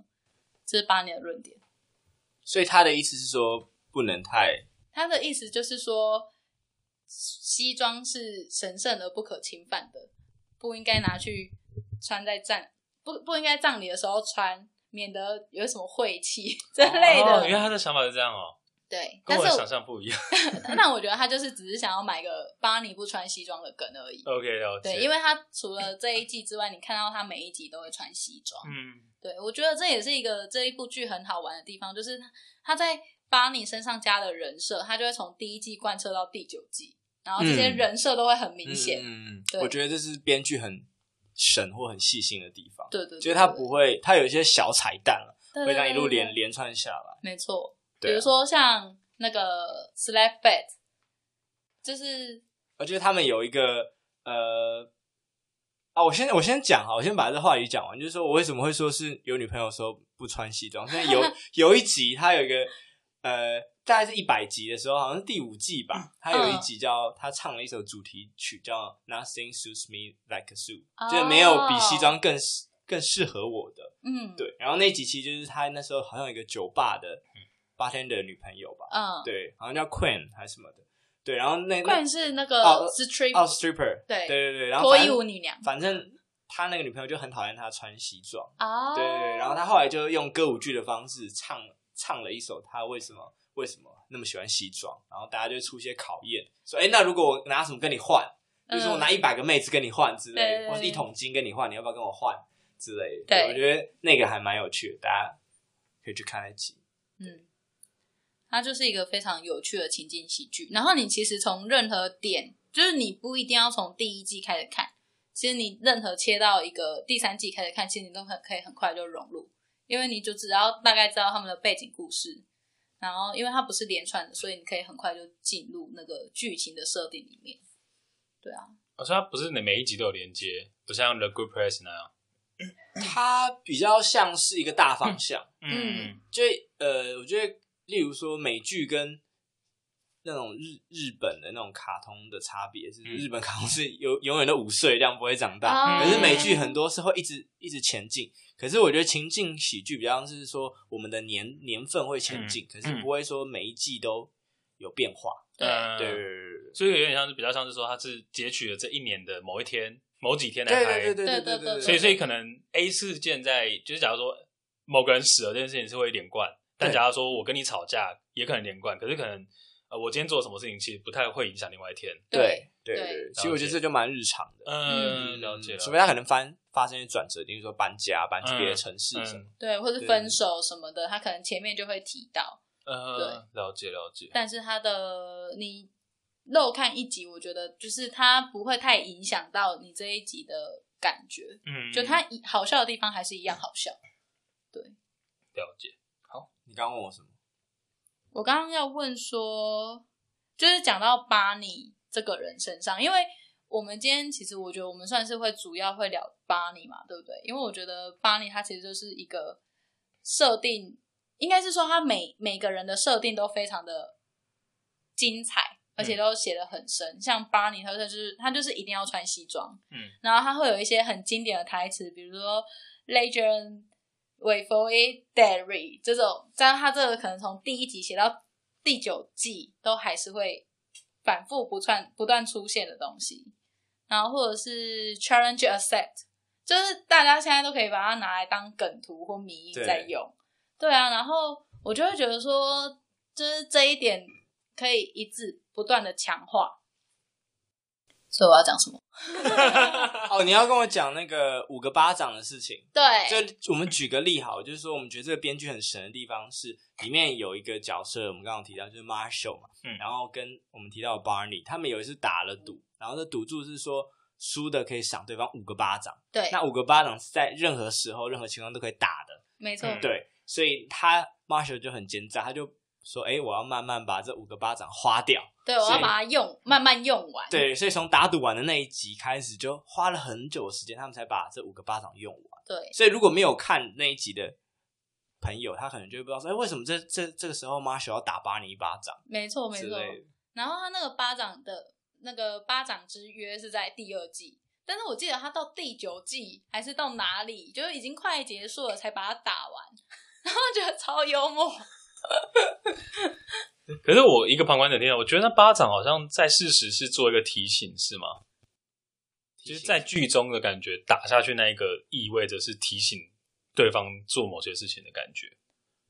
Speaker 2: 这是巴尼的论点。
Speaker 1: 所以他的意思是说，不能太
Speaker 2: 他的意思就是说，西装是神圣而不可侵犯的，不应该拿去穿在葬不不应该葬礼的时候穿，免得有什么晦 *laughs* 气之类
Speaker 3: 哦
Speaker 2: 的。
Speaker 3: 原来他的想法是这样哦，
Speaker 2: 对，
Speaker 3: 跟
Speaker 2: 但
Speaker 3: 我的
Speaker 2: 是
Speaker 3: 想象不一样。
Speaker 2: *laughs* 那我觉得他就是只是想要买个巴尼不穿西装的梗而
Speaker 3: *laughs*
Speaker 2: 已。
Speaker 3: OK，了解。
Speaker 2: 对，因为他除了这一季之外，你看到他每一集都会穿西装。
Speaker 3: 嗯，
Speaker 2: 对，我觉得这也是一个这一部剧很好玩的地方，就是他在巴尼身上加的人设，他就会从第一季贯彻到第九季，然后这些
Speaker 1: 嗯
Speaker 2: 人设都会很明显。
Speaker 1: 嗯，嗯嗯
Speaker 2: 对
Speaker 1: 我觉得这是编剧很神或很细心的地方，
Speaker 2: 对对对，
Speaker 1: 就是他
Speaker 2: 对
Speaker 1: 不会，他有一些小彩蛋了，
Speaker 2: 对
Speaker 1: 会这样一路，
Speaker 2: 对
Speaker 1: 连
Speaker 2: 对对
Speaker 1: 连串下来。
Speaker 2: 没错。比
Speaker 1: 对啊
Speaker 2: 如说像那个 Slap Bed，就是
Speaker 1: 我觉得他们有一个呃啊，我先我先讲哈，我先把这话语讲完，就是说我为什么会说是有女朋友的时候不穿西装，因为
Speaker 2: *laughs*
Speaker 1: 有有一集他有一个呃。大概是一百集的时候，好像是第五季
Speaker 2: 嗯
Speaker 1: 吧。他有一集叫他唱了一首主题曲，叫《Nothing Suits Me Like a Suit》，就是没
Speaker 2: 哦
Speaker 1: 有比西装更更适合我的。
Speaker 2: 嗯，，
Speaker 1: 对，然后那集其实就是他那时候好像有一个酒吧的 bartender 的女朋友吧，
Speaker 2: 嗯，
Speaker 1: 对，好像叫 Queen 还是什么的，对，然后那那
Speaker 2: 冠是那个
Speaker 1: 哦
Speaker 2: Strip，、
Speaker 1: 哦 stripper，对
Speaker 2: 对
Speaker 1: 对对，然后
Speaker 2: 脱
Speaker 1: 反
Speaker 2: 衣
Speaker 1: 正
Speaker 2: 舞女娘
Speaker 1: 反正他那个女朋友就很讨厌他穿西装，
Speaker 2: 啊，
Speaker 1: 对对对，然后他后来就用歌舞剧的方式唱唱了一首他为什么为什么那么喜欢西装，然后大家就出一些考验，说哎，那如果我拿什么跟你换，比如说我
Speaker 2: 嗯
Speaker 1: 拿一百个妹子跟你换之类
Speaker 2: 对
Speaker 1: 的，或是一桶金跟你换，你要不要跟我换之类的？
Speaker 2: 对
Speaker 1: 我觉得那个还蛮有趣的，大家可以去看一集。
Speaker 2: 嗯，它就是一个非常有趣的情景喜剧。然后你其实从任何点，就是你不一定要从第一季开始看，其实你任何切到一个第三季开始看，其实你都很可以很快就融入，因为你就只要大概知道他们的背景故事，然后因为它不是连串的，所以你可以很快就进入那个剧情的设定里面。对啊，
Speaker 3: 我说他不是每一集都有连接，不像 The Good Place 那样。
Speaker 1: 它比较像是一个大方向，
Speaker 2: 嗯，
Speaker 1: 就呃，我觉得例如说美剧跟那种日日本的那种卡通的差别是，
Speaker 3: 嗯
Speaker 1: 日本卡通是永永远都五岁，这样不会长大。
Speaker 2: 啊
Speaker 1: 可是美剧很多是会一直一直前进。可是我觉得情境喜剧比较像是说我们的年年份会前
Speaker 3: 嗯
Speaker 1: 进，可是不会说每一季都有变化。
Speaker 2: 对
Speaker 3: 嗯
Speaker 1: 对对对
Speaker 3: 所以有点像是比较像是说，他是截取了这一年的某一天、某几天来
Speaker 1: 对
Speaker 3: 拍。
Speaker 1: 对对对对对对对。
Speaker 3: 所以，所以可能 A 事件在就是，假如说某个人死了这件事情是会连贯，但
Speaker 1: 对
Speaker 3: 假如说我跟你吵架，也可能连贯。可是可能呃，我今天做了什么事情，其实不太会影响另外一天。
Speaker 1: 对对
Speaker 2: 对
Speaker 1: 对，其实我觉得这就蛮日常的。
Speaker 3: 嗯，了解了。
Speaker 1: 除非他可能翻发生一些转折，比如说搬家、搬去别的城市什么。
Speaker 3: 嗯
Speaker 2: 对，或是
Speaker 1: 对
Speaker 2: 分手什么的，他可能前面就会提到。
Speaker 3: 呃，了解了解。
Speaker 2: 但是它的你漏看一集，我觉得就是它不会太影响到你这一集的感觉，
Speaker 3: 嗯，
Speaker 2: 就它一好笑的地方还是一样好笑。
Speaker 3: 了解。
Speaker 1: 你刚刚问我什么？
Speaker 2: 我刚刚要问说，就是讲到巴尼这个人身上，因为我们今天其实我觉得我们算是会主要会聊巴尼嘛，对不对？因为我觉得巴尼他其实就是一个设定，应该是说他每每个人的设定都非常的精彩，而且都写的很深。像巴尼，他就是他就是一定要穿西装，
Speaker 3: 嗯，
Speaker 2: 然后他会有一些很经典的台词，比如说 “legend wait for it dairy” 这种，但他这个可能从第一集写到第九季都还是会反复不断不断出现的东西。然后或者是 “challenge accept”，就是大家现在都可以把它拿来当梗图或迷
Speaker 1: 对
Speaker 2: 在用。对啊，然后我就会觉得说，就是这一点可以一直不断的强化。所以我要讲什么？
Speaker 1: 哦，你要跟我讲那个五个巴掌的事情。
Speaker 2: 对，
Speaker 1: 就我们举个例好，就是说我们觉得这个编剧很神的地方是，里面有一个角色，我们刚刚提到就是 Marshall 嘛，
Speaker 3: 嗯
Speaker 1: 然后跟我们提到的 Barney，他们有一次打了赌，然后这赌注是说输的可以赏对方五个巴掌，
Speaker 2: 对，
Speaker 1: 那五个巴掌是在任何时候、任何情况都可以打的，
Speaker 2: 没错，
Speaker 3: 嗯
Speaker 1: 对，所以他 Marshall 就很奸诈，他就说，哎、我要慢慢把这五个巴掌花掉。
Speaker 2: 对，我
Speaker 1: 所
Speaker 2: 要
Speaker 1: 以
Speaker 2: 把它用慢慢用完。，
Speaker 1: 对，所以从打赌完的那一集开始，就花了很久的时间，他们才把这五个巴掌用完。
Speaker 2: 对，
Speaker 1: 所以如果没有看那一集的朋友，他可能就会不知道说，哎、为什么这这这个时候 Marshall 要打巴尼一巴掌
Speaker 2: 没错，没
Speaker 1: 之
Speaker 2: 错。
Speaker 1: 类的？
Speaker 2: 然后他那个巴掌的那个巴掌之约是在第二季，但是我记得他到第九季还是到哪里，就是已经快结束了才把它打完，然后觉得超幽默。
Speaker 3: 可是我一个旁观者听到，我觉得那巴掌好像在事实是做一个提醒，是吗？就是在剧中的感觉打下去那一个意味着是提醒对方做某些事情的感觉。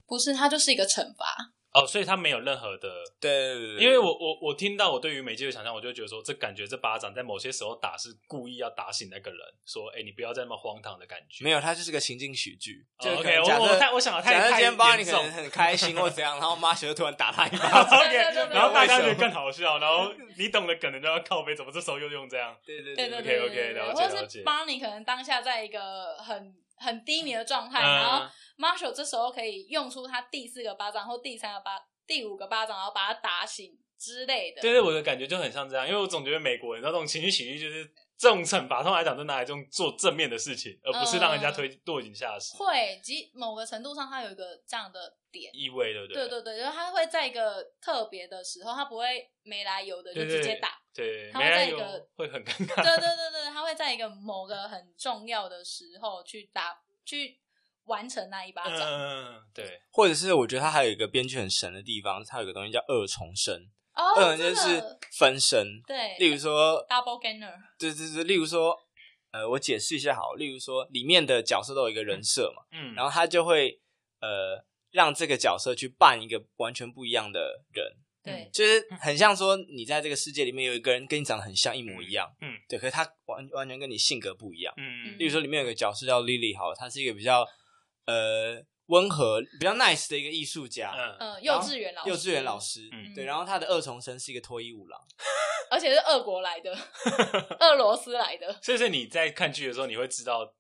Speaker 2: 不是，它就是一个惩罚。
Speaker 3: 哦，所以他没有任何的，
Speaker 1: 对对对对对，
Speaker 3: 因为我我我听到我对于媒介的想象，我就觉得说，这感觉这巴掌在某些时候打是故意要打醒那个人，说，哎、你不要再那么荒唐的感觉。
Speaker 1: 没
Speaker 3: *laughs*
Speaker 1: 有，他就是个情境喜剧。
Speaker 3: 哦
Speaker 1: 就可
Speaker 3: OK，
Speaker 1: 能
Speaker 3: 我
Speaker 1: 假设
Speaker 3: 我太我想的太
Speaker 1: 假设今天
Speaker 3: 太
Speaker 1: 巴尼
Speaker 3: 严
Speaker 1: 可
Speaker 3: 重
Speaker 1: 能很开心或怎样，然后 Marshall 就突然打他一
Speaker 2: *laughs*
Speaker 1: 巴掌。
Speaker 2: 对对
Speaker 3: OK，
Speaker 2: 对对
Speaker 3: 然后大家
Speaker 1: 为什
Speaker 3: 觉
Speaker 1: 么
Speaker 3: 得更好笑，然后你懂的梗的就要靠背，怎么这时候又用这样？
Speaker 1: 对对
Speaker 2: 对
Speaker 1: 对
Speaker 2: 对对
Speaker 3: OK，OK，
Speaker 2: 对对
Speaker 3: 了解
Speaker 2: 或者
Speaker 3: 了
Speaker 2: 是
Speaker 3: 解
Speaker 2: 巴尼可能当下在一个很很低迷的状态，
Speaker 3: 嗯
Speaker 2: 然后 Marshall 这时候可以用出他第四个巴掌或第三个巴、第五个巴掌，然后把他打醒之类的。
Speaker 3: 对对，我的感觉就很像这样，因为我总觉得美国人那种情绪喜剧就是这种惩罚，通常来讲都拿来用做正面的事情，而不是让人
Speaker 2: 嗯
Speaker 3: 家推落井下石，
Speaker 2: 会，即某个程度上，它有一个这样的点。
Speaker 3: 意味对不
Speaker 2: 对
Speaker 3: 对
Speaker 2: 对对，就是他会在一个特别的时候，他不会没来由的就
Speaker 3: 对对
Speaker 2: 直接打。
Speaker 3: 对，
Speaker 2: 他
Speaker 3: 没
Speaker 2: 会在
Speaker 3: 人
Speaker 2: 一
Speaker 3: 有
Speaker 2: 个
Speaker 3: 会很尴
Speaker 2: 对
Speaker 3: 尬。
Speaker 2: 对对对，他会在一个某个很重要的时候去打，去完成那一巴掌。
Speaker 3: 嗯，对，
Speaker 1: 或者是我觉得他还有一个编剧很神的地方，他有个东西叫二重生，
Speaker 2: 哦，
Speaker 1: 二重
Speaker 2: 真
Speaker 1: 生嗯就
Speaker 2: 的
Speaker 1: 是分身。
Speaker 2: 对，
Speaker 1: 例如说，
Speaker 2: double gainer，
Speaker 1: 对对对，例如说，呃，我解释一下好，例如说，里面的角色都有一个人设嘛。
Speaker 3: 嗯，
Speaker 1: 然后他就会呃让这个角色去扮一个完全不一样的人，
Speaker 2: 对，
Speaker 1: 就是很像说你在这个世界里面有一个人跟你长得很像，一模一样，
Speaker 3: 嗯嗯
Speaker 1: 对，可是他完完全跟你性格不一样。
Speaker 3: 嗯
Speaker 1: 例如说里面有个角色叫 Lily，好了，她是一个比较呃温和、比较 nice 的一个艺术家，
Speaker 3: 嗯
Speaker 2: 嗯，幼稚园老师，
Speaker 1: 幼稚园老，师，
Speaker 3: 嗯
Speaker 1: 对，然后他的二重身是一个脱衣舞郎，
Speaker 2: 而且是俄国
Speaker 1: *laughs*
Speaker 2: 来的，俄罗斯来的，
Speaker 3: 所以是你在看剧的时候，你会知道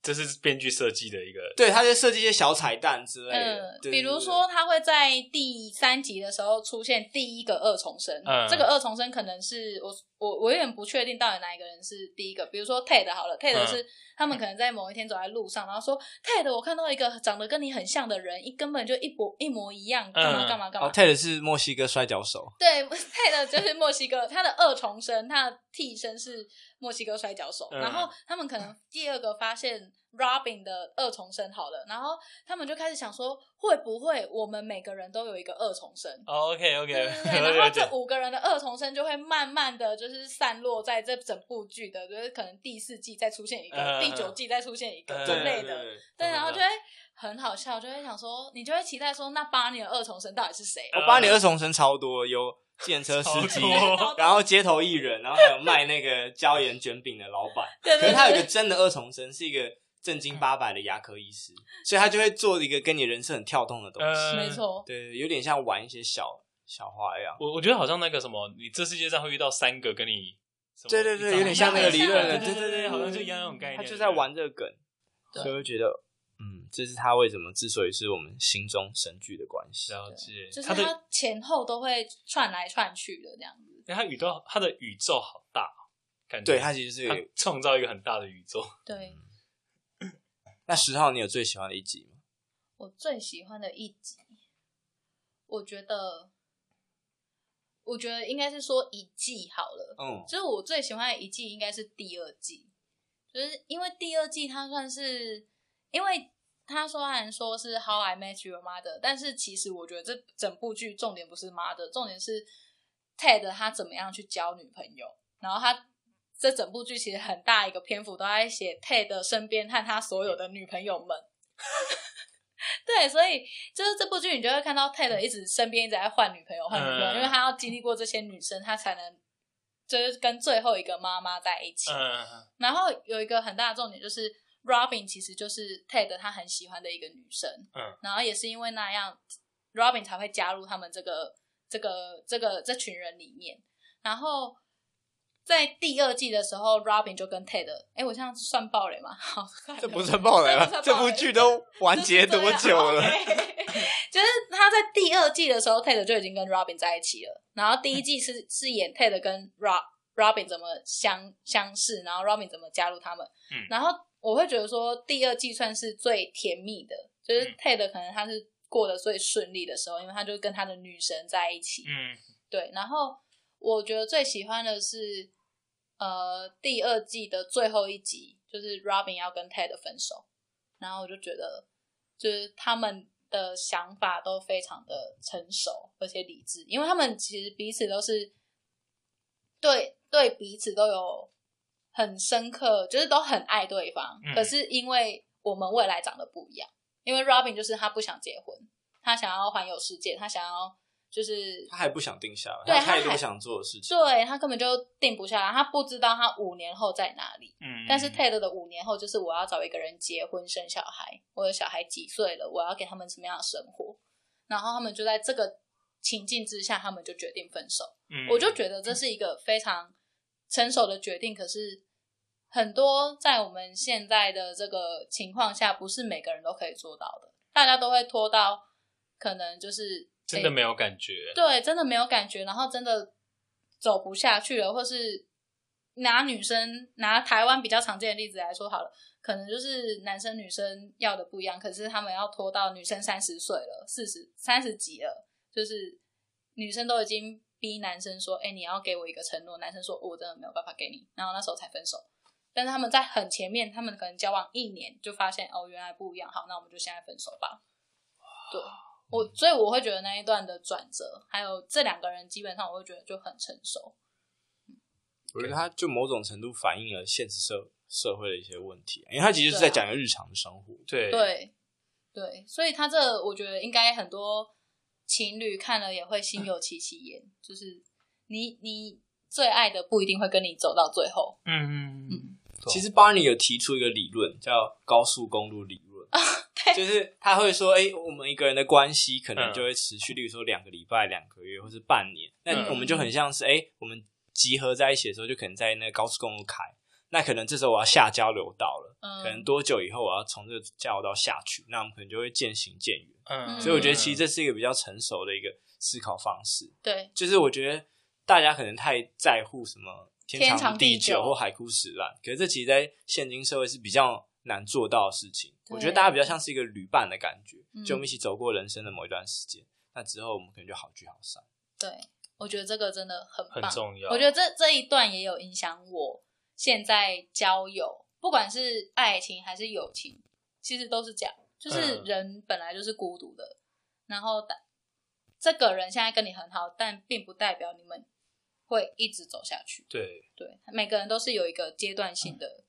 Speaker 3: 这是编剧设计的一个，
Speaker 1: 对，他就设计一些小彩蛋之类的
Speaker 2: 嗯，，
Speaker 1: 对
Speaker 2: 比如，说他会在第三集的时候出现第一个二重生，
Speaker 3: 嗯
Speaker 2: 这个二重生可能是我我我有点不确定到底哪一个人是第一个，比如说 Ted 好了，Ted
Speaker 3: 嗯
Speaker 2: 是、他们可能在某一天走在路上，然后说 Ted 我看到一个长得跟你很像的人，一根本就一模一模一样，干嘛
Speaker 3: 嗯
Speaker 2: 干嘛干
Speaker 1: 哦
Speaker 2: 嘛。
Speaker 1: ，Ted 是墨西哥摔跤手，
Speaker 2: 对，Ted *laughs* 就是墨西哥，他的二重生，他的替身是墨西哥摔跤手。
Speaker 3: 嗯
Speaker 2: 然后他们可能第二个发现 Robin 的二重生好了，然后他们就开始想说，会不会我们每个人都有一个二重生？
Speaker 3: 哦，OK OK，
Speaker 2: 对对
Speaker 3: *laughs*
Speaker 2: 对，然后这五个人的二重生就会慢慢的就是散落在这整部剧的，就是可能第四季再出现一个，
Speaker 3: 嗯
Speaker 2: 第九季再出现一个
Speaker 3: 嗯
Speaker 2: 之
Speaker 3: 对
Speaker 2: 类
Speaker 1: 对对
Speaker 2: 的。
Speaker 1: 对
Speaker 2: 对，然后就会很好笑，就会想说，你就会期待说，那八年的二重生到底是谁？
Speaker 3: 呃
Speaker 1: 我把你二重生超多，有计程车司机
Speaker 3: 超多，
Speaker 1: 然后街头艺人，然后还有卖那个椒盐卷饼的老板。
Speaker 2: 对
Speaker 1: 可
Speaker 2: 对
Speaker 1: 是
Speaker 2: 对，
Speaker 1: 他有一个真的二重生，是一个正经八百的牙科医师，所以他就会做一个跟你人生很跳动的东西。
Speaker 2: 没错，
Speaker 1: 对，有点像玩一些小小花样。
Speaker 3: 我我觉得好像那个什么，你这世界上会遇到三个跟你什么
Speaker 1: 对对对
Speaker 3: 一张
Speaker 1: 有点像
Speaker 2: 那个理论
Speaker 3: 对
Speaker 2: 了
Speaker 3: 对
Speaker 1: 对
Speaker 3: 对
Speaker 1: 对对
Speaker 3: 对，好像就一样那种概念。
Speaker 1: 他就在玩这个梗，
Speaker 2: 对
Speaker 1: 所以我觉得，嗯，这是他为什么之所以是我们心中神剧的关系
Speaker 3: 对。。了解，
Speaker 2: 就是
Speaker 3: 他的
Speaker 2: 它前后都会串来串去的这样子。
Speaker 3: 因为他宇宙他的宇宙好大，感觉
Speaker 1: 对，他其实是有
Speaker 3: 他 *laughs* 创造一个很大的宇宙。
Speaker 2: 对
Speaker 1: 那十号，你有最喜欢的一集吗？
Speaker 2: 我最喜欢的一集，我觉得，我觉得应该是说一季好了。
Speaker 1: 嗯，
Speaker 2: 就是我最喜欢的一季应该是第二季，就是因为第二季它算是，因为它虽然说是 How I Met Your Mother，但是其实我觉得这整部剧重点不是 Mother，重点是 Ted 他怎么样去交女朋友，然后他。这整部剧其实很大一个篇幅都在写 Ted 身边和他所有的女朋友们， *laughs* 对，所以就是这部剧，你就会看到 Ted 一直身边一直在换女朋友，换女朋友，
Speaker 3: 嗯
Speaker 2: 因为他要经历过这些女生，他才能就是跟最后一个妈妈在一起。
Speaker 3: 嗯
Speaker 2: 然后有一个很大的重点就是，Robin 其实就是 Ted 他很喜欢的一个女生，
Speaker 3: 嗯，
Speaker 2: 然后也是因为那样，Robin 才会加入他们这个这个这个这群人里面。然后在第二季的时候，Robin 就跟 Ted，哎，我这样算暴雷吗？好，
Speaker 1: 这不算暴雷
Speaker 2: 这
Speaker 1: 了，
Speaker 2: 不算
Speaker 1: 这
Speaker 2: 暴
Speaker 1: 部
Speaker 2: 雷
Speaker 1: 剧都完结多久
Speaker 2: *laughs*
Speaker 1: 了？
Speaker 2: 就是这样 OK 就是他在第二季的时候，Ted 就已经跟 Robin 在一起了。然后第一季是是演 Ted 跟 Rob Robin 怎么相相识，然后 Robin 怎么加入他们。
Speaker 3: 嗯
Speaker 2: 然后我会觉得说，第二季算是最甜蜜的，就是
Speaker 3: 嗯
Speaker 2: Ted 可能他是过得最顺利的时候，因为他就跟他的女神在一起。
Speaker 3: 嗯
Speaker 2: 对，然后我觉得最喜欢的是呃第二季的最后一集，就是 Robin 要跟 Ted 分手，然后我就觉得就是他们的想法都非常的成熟而且理智，因为他们其实彼此都是对对彼此都有很深刻，就是都很爱对方，
Speaker 3: 嗯
Speaker 2: 可是因为我们未来长得不一样，因为 Robin 就是他不想结婚，他想要环游世界，他想要。就是
Speaker 1: 他还不想定下来，
Speaker 2: 对
Speaker 1: 他有
Speaker 2: 他
Speaker 1: 太多
Speaker 2: 还
Speaker 1: 想做的事情。
Speaker 2: 对他根本就定不下来，他不知道他五年后在哪里。
Speaker 3: 嗯
Speaker 2: *laughs* 但是 Ted 的五年后就是我要找一个人结婚生小孩，我的小孩几岁了，我要给他们什么样的生活，然后他们就在这个情境之下，他们就决定分手。
Speaker 3: 嗯
Speaker 2: 我就觉得这是一个非常成熟的决定，可是很多在我们现在的这个情况下，不是每个人都可以做到的，大家都会拖到可能就是
Speaker 3: 真的
Speaker 2: 诶
Speaker 3: 没有感觉，
Speaker 2: 对，真的没有感觉，然后真的走不下去了，或是拿女生拿台湾比较常见的例子来说好了，可能就是男生女生要的不一样，可是他们要拖到女生三十岁了，四十三十几了，就是女生都已经逼男生说，哎、你要给我一个承诺，男生说、我真的没有办法给你，然后那时候才分手。但是他们在很前面，他们可能交往一年就发现哦，原来不一样，好，那我们就现在分手吧。对，我所以我会觉得那一段的转折，还有这两个人基本上我会觉得就很成熟。
Speaker 1: 我觉得他就某种程度反映了现实社社会的一些问题，啊因为他其实是在讲一个日常的生活。
Speaker 3: 对
Speaker 2: 啊对对，所以他这我觉得应该很多情侣看了也会心有戚戚焉，就是你你最爱的不一定会跟你走到最后。
Speaker 3: 嗯嗯嗯
Speaker 2: 嗯，
Speaker 1: 其实巴尼有提出一个理论叫高速公路理论，
Speaker 2: 啊
Speaker 1: 就是他会说，哎、我们一个人的关系可能就会持续，例如说两个礼拜、两个月或是半年，那
Speaker 3: 嗯
Speaker 1: 我们就很像是，哎、我们集合在一起的时候，就可能在那个高速公路开。那可能这时候我要下交流道了，
Speaker 2: 嗯，
Speaker 1: 可能多久以后我要从这个交流道下去？那我们可能就会渐行渐远。
Speaker 3: 嗯，
Speaker 1: 所以我觉得其实
Speaker 3: 这
Speaker 1: 这是一个比较成熟的一个思考方式。
Speaker 2: 对
Speaker 1: 就是我觉得大家可能太在乎什么
Speaker 2: 天
Speaker 1: 长
Speaker 2: 长
Speaker 1: 地
Speaker 2: 地久
Speaker 1: 或海枯石烂，可是这其实在现今社会是比较难做到的事情。
Speaker 2: 对
Speaker 1: 我觉得大家比较像是一个旅伴的感觉，
Speaker 2: 嗯
Speaker 1: 就我们一起走过人生的某一段时间，那之后我们可能就好聚好散。
Speaker 2: 对，我觉得这个真的很
Speaker 3: 很
Speaker 2: 嗯棒。
Speaker 3: 重要，
Speaker 2: 我觉得这这一段也有影响我现在交友，不管是爱情还是友情，其实都是这样，就是
Speaker 3: 嗯
Speaker 2: 人本来就是孤独的，然后但这个人现在跟你很好，但并不代表你们会一直走下去。
Speaker 3: 对，
Speaker 2: 对，每个人都是有一个阶段性的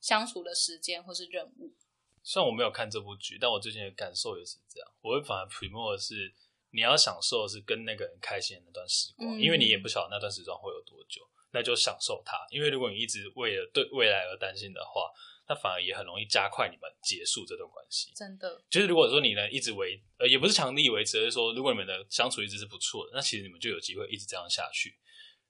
Speaker 2: 相处的时间或是任务。
Speaker 3: 虽然我没有看这部剧，但我最近的感受也是这样，我会反而 promote 的是。你要享受的是跟那个人开心的那段时光，
Speaker 2: 嗯
Speaker 3: 因为你也不晓得那段时光会有多久，那就享受它。因为如果你一直为了对未来而担心的话，那反而也很容易加快你们结束这段关系。
Speaker 2: 真的，
Speaker 3: 就是如果说你能一直维，呃，也不是强力维持，而是说如果你们的相处一直是不错的，那其实你们就有机会一直这样下去。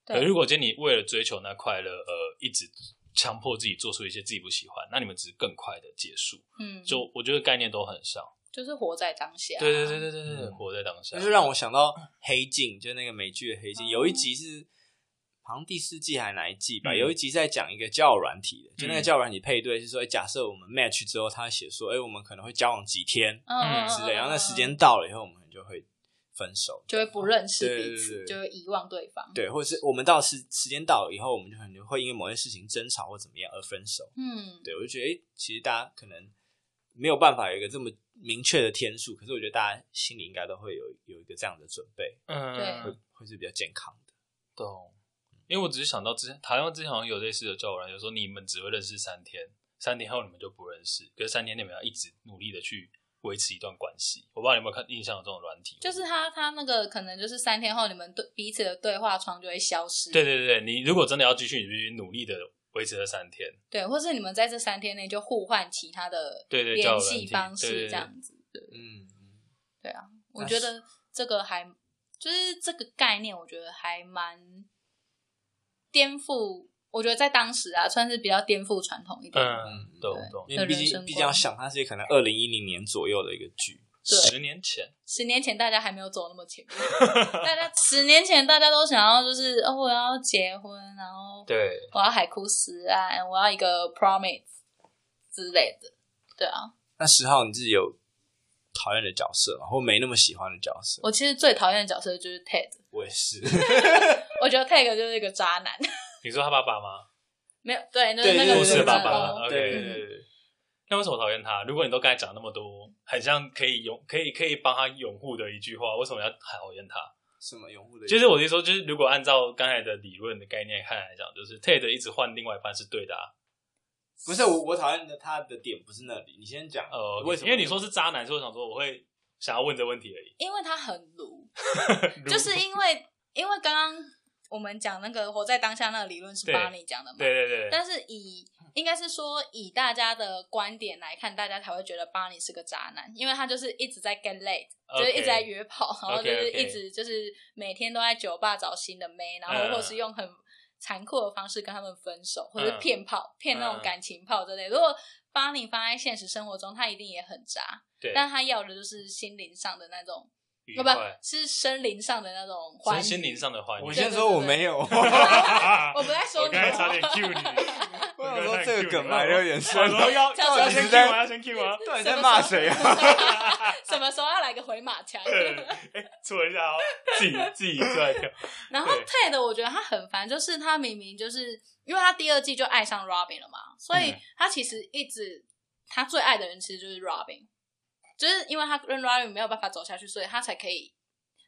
Speaker 3: 可
Speaker 2: 对
Speaker 3: 如果今天你为了追求那快乐，呃，一直强迫自己做出一些自己不喜欢，那你们只是更快的结束。
Speaker 2: 嗯，
Speaker 3: 就我觉得概念都很像，
Speaker 2: 就是活在当下。
Speaker 3: 对对对对对对，对
Speaker 1: 嗯
Speaker 3: 活在当下。
Speaker 1: 那就让我想到《黑镜》，就那个美剧的《黑镜》，
Speaker 2: 哦
Speaker 1: 有一集是好像第四季还是哪一季吧，
Speaker 3: 嗯
Speaker 1: 有一集在讲一个交友软体的，就那个
Speaker 3: 嗯
Speaker 1: 交友软体配对是说，哎假设我们 match 之后，他会写说，哎、我们可能会交往几天，
Speaker 2: 嗯，嗯嗯
Speaker 1: 之类，然后那时
Speaker 2: 嗯
Speaker 1: 间
Speaker 2: 嗯
Speaker 1: 到了以后，我们可能就会分手，
Speaker 2: 就会不认识
Speaker 1: 对对
Speaker 2: 彼
Speaker 1: 对
Speaker 2: 此，
Speaker 1: 对
Speaker 2: 就会遗忘对方。
Speaker 1: 对，或者是我们到时时间到了以后，我们就可能会因为某些事情争吵或怎么样而分手。
Speaker 2: 嗯，
Speaker 1: 对我就觉得，哎、其实大家可能没有办法有一个这么明确的天数，可是我觉得大家心里应该都会有有一个这样的准备，
Speaker 2: 对
Speaker 3: 嗯，
Speaker 1: 会是比较健康的。
Speaker 3: 懂。因为我只是想到之前台湾之前好像有类似的教软，就说你们只会认识三天，三天后你们就不认识，可是三天你们要一直努力的去维持一段关系。我不知道你有没有看印象有这种软体，
Speaker 2: 就是他他那个可能就是三天后你们对彼此的对话窗就会消失，
Speaker 3: 对对对，对你如果真的要继续，你必须努力的维持这三天。
Speaker 2: 对，或是你们在这三天内就互换其他的
Speaker 3: 对对，
Speaker 2: 联
Speaker 3: 叫软
Speaker 2: 系
Speaker 3: 体
Speaker 2: 方
Speaker 3: 对对
Speaker 2: 式
Speaker 3: 对
Speaker 2: 这样子。
Speaker 1: 嗯，
Speaker 2: 对啊，我觉得这个还就是这个概念，我觉得还蛮颠覆。我觉得在当时啊，算是比较颠覆传统一点。
Speaker 3: 嗯，懂懂。
Speaker 1: 因为
Speaker 2: 的
Speaker 1: 毕
Speaker 2: 人
Speaker 1: 竟
Speaker 2: 生
Speaker 1: 毕竟要
Speaker 2: 观
Speaker 1: 想，它是可能二零一零年左右的一个剧，
Speaker 3: 十年前，
Speaker 2: 十年前大家还没有走那么前
Speaker 3: *laughs*
Speaker 2: 面，大家十年前大家都想要就是哦，我要结婚，然后
Speaker 3: 对，
Speaker 2: 我要海枯石岸，我要一个 promise 之类的。对啊，
Speaker 1: 那十号你自己有讨厌的角色吗？或没那么喜欢的角色？
Speaker 2: 我其实最讨厌的角色就是 Ted，
Speaker 1: 我也是，
Speaker 2: *laughs* 我觉得 Ted 就是一个渣男，
Speaker 3: 你说他爸爸吗？
Speaker 2: 没有对，就是
Speaker 1: 对
Speaker 2: 那
Speaker 1: 就是
Speaker 2: 个
Speaker 3: 故
Speaker 1: 我
Speaker 3: 事
Speaker 1: 的
Speaker 2: 主
Speaker 3: 爸
Speaker 2: 人
Speaker 3: 爸
Speaker 2: 公
Speaker 1: 哦
Speaker 3: ，OK
Speaker 1: 对
Speaker 3: 对。对对那为什么讨厌他？如果你都刚才讲那么多，很像可以拥可以可以帮他拥护的一句话，为什么要讨厌他？
Speaker 1: 什么拥护的？
Speaker 3: 就是我的说，就是如果按照刚才的理论的概念看来讲，就是 Ted 一直换另外一半是对的、啊。
Speaker 1: 不是我，我讨厌的他的点不是那里。你先讲，
Speaker 3: 呃，
Speaker 1: 为什么？
Speaker 3: 因为你说是渣男，所以我想说我会想要问这问题而已。
Speaker 2: 因为他很
Speaker 1: *laughs*
Speaker 2: 鲁，就是因为因为刚刚我们讲那个活在当下那个理论是
Speaker 3: 对
Speaker 2: 巴尼讲的嘛，
Speaker 3: 对对对，
Speaker 2: 但是以应该是说以大家的观点来看，大家才会觉得巴尼是个渣男，因为他就是一直在 get late，、就是一直在约炮，然后就是
Speaker 3: OK，OK
Speaker 2: 一直就是每天都在酒吧找新的妹，然
Speaker 3: 嗯
Speaker 2: 后或是用很残酷的方式跟他们分手，或者
Speaker 3: 嗯
Speaker 2: 骗炮、骗那
Speaker 3: 嗯
Speaker 2: 种感情炮之类。如果巴尼放在现实生活中，他一定也很渣，
Speaker 3: 对，
Speaker 2: 但他要的就是心灵上的那种。哦
Speaker 3: 愉
Speaker 2: 不不
Speaker 3: 快，
Speaker 2: 是生灵上的那种欢
Speaker 3: 身
Speaker 2: 愉
Speaker 3: 心灵。上的欢愉。
Speaker 1: 我
Speaker 2: 觉
Speaker 1: 先
Speaker 2: 得
Speaker 1: 说我没有，我
Speaker 2: 我不在
Speaker 5: 啊
Speaker 2: 说
Speaker 5: 我
Speaker 2: 你
Speaker 5: 刚才差点
Speaker 2: 哦，
Speaker 5: Q
Speaker 2: *laughs*
Speaker 5: 你，
Speaker 1: 想 *laughs* 说这个梗埋的有点深
Speaker 5: 我，说要
Speaker 2: 叫
Speaker 5: 到
Speaker 2: 做
Speaker 5: 底先 Q
Speaker 1: 叫做
Speaker 5: 吗？要先 Q 吗？
Speaker 1: 到底在骂谁啊？
Speaker 2: 什么时候要来个回马
Speaker 3: *laughs*
Speaker 2: 枪？
Speaker 5: 哎，错一下哦，
Speaker 3: 自己自己出来跳，
Speaker 2: 然后
Speaker 3: 对
Speaker 2: Ted 我觉得他很烦，就是他明明就是因为他第二季就爱上 Robin 了嘛，所以
Speaker 3: 嗯
Speaker 2: 他其实一直他最爱的人其实就是 Robin，就是因为他跟 Robin 没有办法走下去，所以他才可以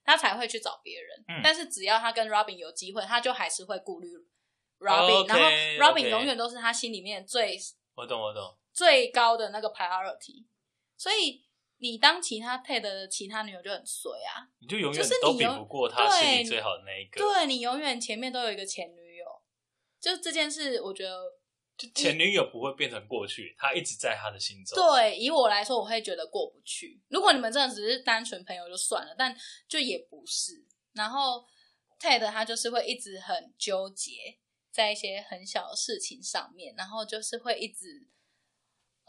Speaker 2: 他才会去找别人。
Speaker 3: 嗯
Speaker 2: 但是只要他跟 Robin 有机会，他就还是会顾虑 Robin，、
Speaker 3: OK，
Speaker 2: 然后 Robin
Speaker 3: OK
Speaker 2: 永远都是他心里面最
Speaker 3: *laughs* 我懂我懂。
Speaker 2: 最高的那个 priority，所以你当其他 Ted 的其他女友就很衰啊，
Speaker 3: 你就永
Speaker 2: 就
Speaker 3: 远
Speaker 2: 是你
Speaker 3: 都
Speaker 2: 永
Speaker 3: 比不过他心里
Speaker 2: 对
Speaker 3: 最好的那一个。
Speaker 2: 对你永远前面都有一个前女友，就这件事，我觉得
Speaker 3: 就前女友不会变成过去，他一直在他的心中。
Speaker 2: 对以我来说，我会觉得过不去。如果你们真的只是单纯朋友就算了，但就也不是。然后 Ted 他就是会一直很纠结在一些很小的事情上面，然后就是会一直。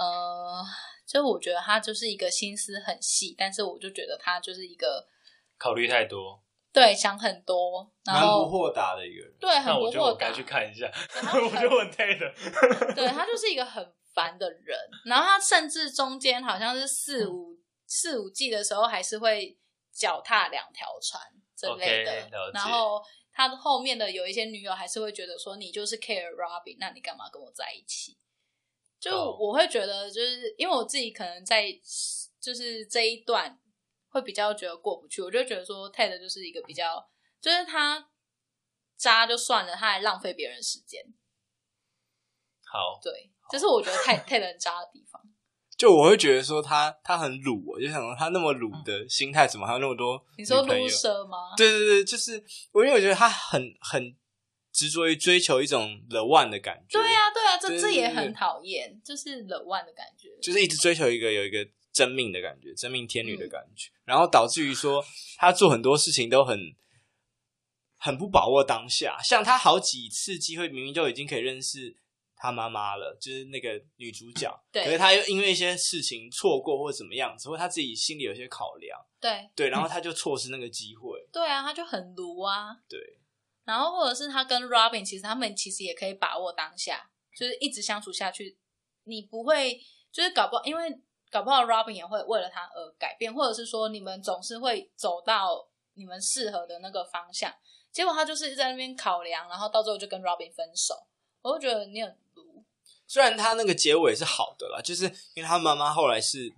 Speaker 2: 呃，就我觉得他就是一个心思很细，但是我就觉得他就是一个
Speaker 3: 考虑太多。
Speaker 2: 对，想很多，然
Speaker 1: 蛮不
Speaker 2: 后
Speaker 1: 豁达的一个人。
Speaker 2: 对很
Speaker 3: 那
Speaker 2: 不
Speaker 3: 我觉得
Speaker 2: 豁
Speaker 3: 我
Speaker 2: 达
Speaker 3: 该，去看一下，
Speaker 5: *laughs* 我就问 Ted，
Speaker 3: *laughs*
Speaker 2: 对他就是一个很烦的人。然后他甚至中间好像是四五、四五季的时候，还是会脚踏两条船之类的。
Speaker 3: OK，了解
Speaker 2: 然后他后面的有一些女友还是会觉得说，你就是 care Robin，那你干嘛跟我在一起？就
Speaker 3: 哦
Speaker 2: 我会觉得，就是因为我自己可能在就是这一段会比较觉得过不去，我就觉得说 Ted 就是一个比较，就是他渣就算了，他还浪费别人时间，
Speaker 3: 好，
Speaker 2: 对，这是我觉得 Ted Ted 很渣的地方。
Speaker 1: 就我会觉得说他他很鲁，我就想说他那么鲁的心态，怎么还有那么多
Speaker 2: 你说
Speaker 1: 女朋友
Speaker 2: loser 吗？
Speaker 1: 对对对，就是我因为我觉得他很很执着于追求一种 the one 的感觉，
Speaker 2: 对啊，对啊，这
Speaker 1: 对
Speaker 2: 这也
Speaker 1: 对
Speaker 2: 很
Speaker 1: 对
Speaker 2: 讨厌，就是冷腕的感觉。
Speaker 1: 就是一直追求一个有一个真命的感觉，真命天女的感觉，然后导致于说他做很多事情都很很不把握当下，像他好几次机会明明就已经可以认识他妈妈了，就是那个女主角，
Speaker 2: 对
Speaker 1: 可是他又因为一些事情错过或怎么样子，或他自己心里有些考量，
Speaker 2: 对
Speaker 1: 对，然后他就错失那个机会，
Speaker 2: 对啊，他就很卢啊。
Speaker 1: 对，
Speaker 2: 然后或者是他跟 Robin，其实他们其实也可以把握当下，就是一直相处下去，你不会就是搞不好，因为搞不好 Robin 也会为了他而改变，或者是说你们总是会走到你们适合的那个方向，结果他就是在那边考量，然后到最后就跟 Robin 分手，我就觉得你很卢。
Speaker 1: 虽然他那个结尾是好的啦，就是因为他妈妈后来是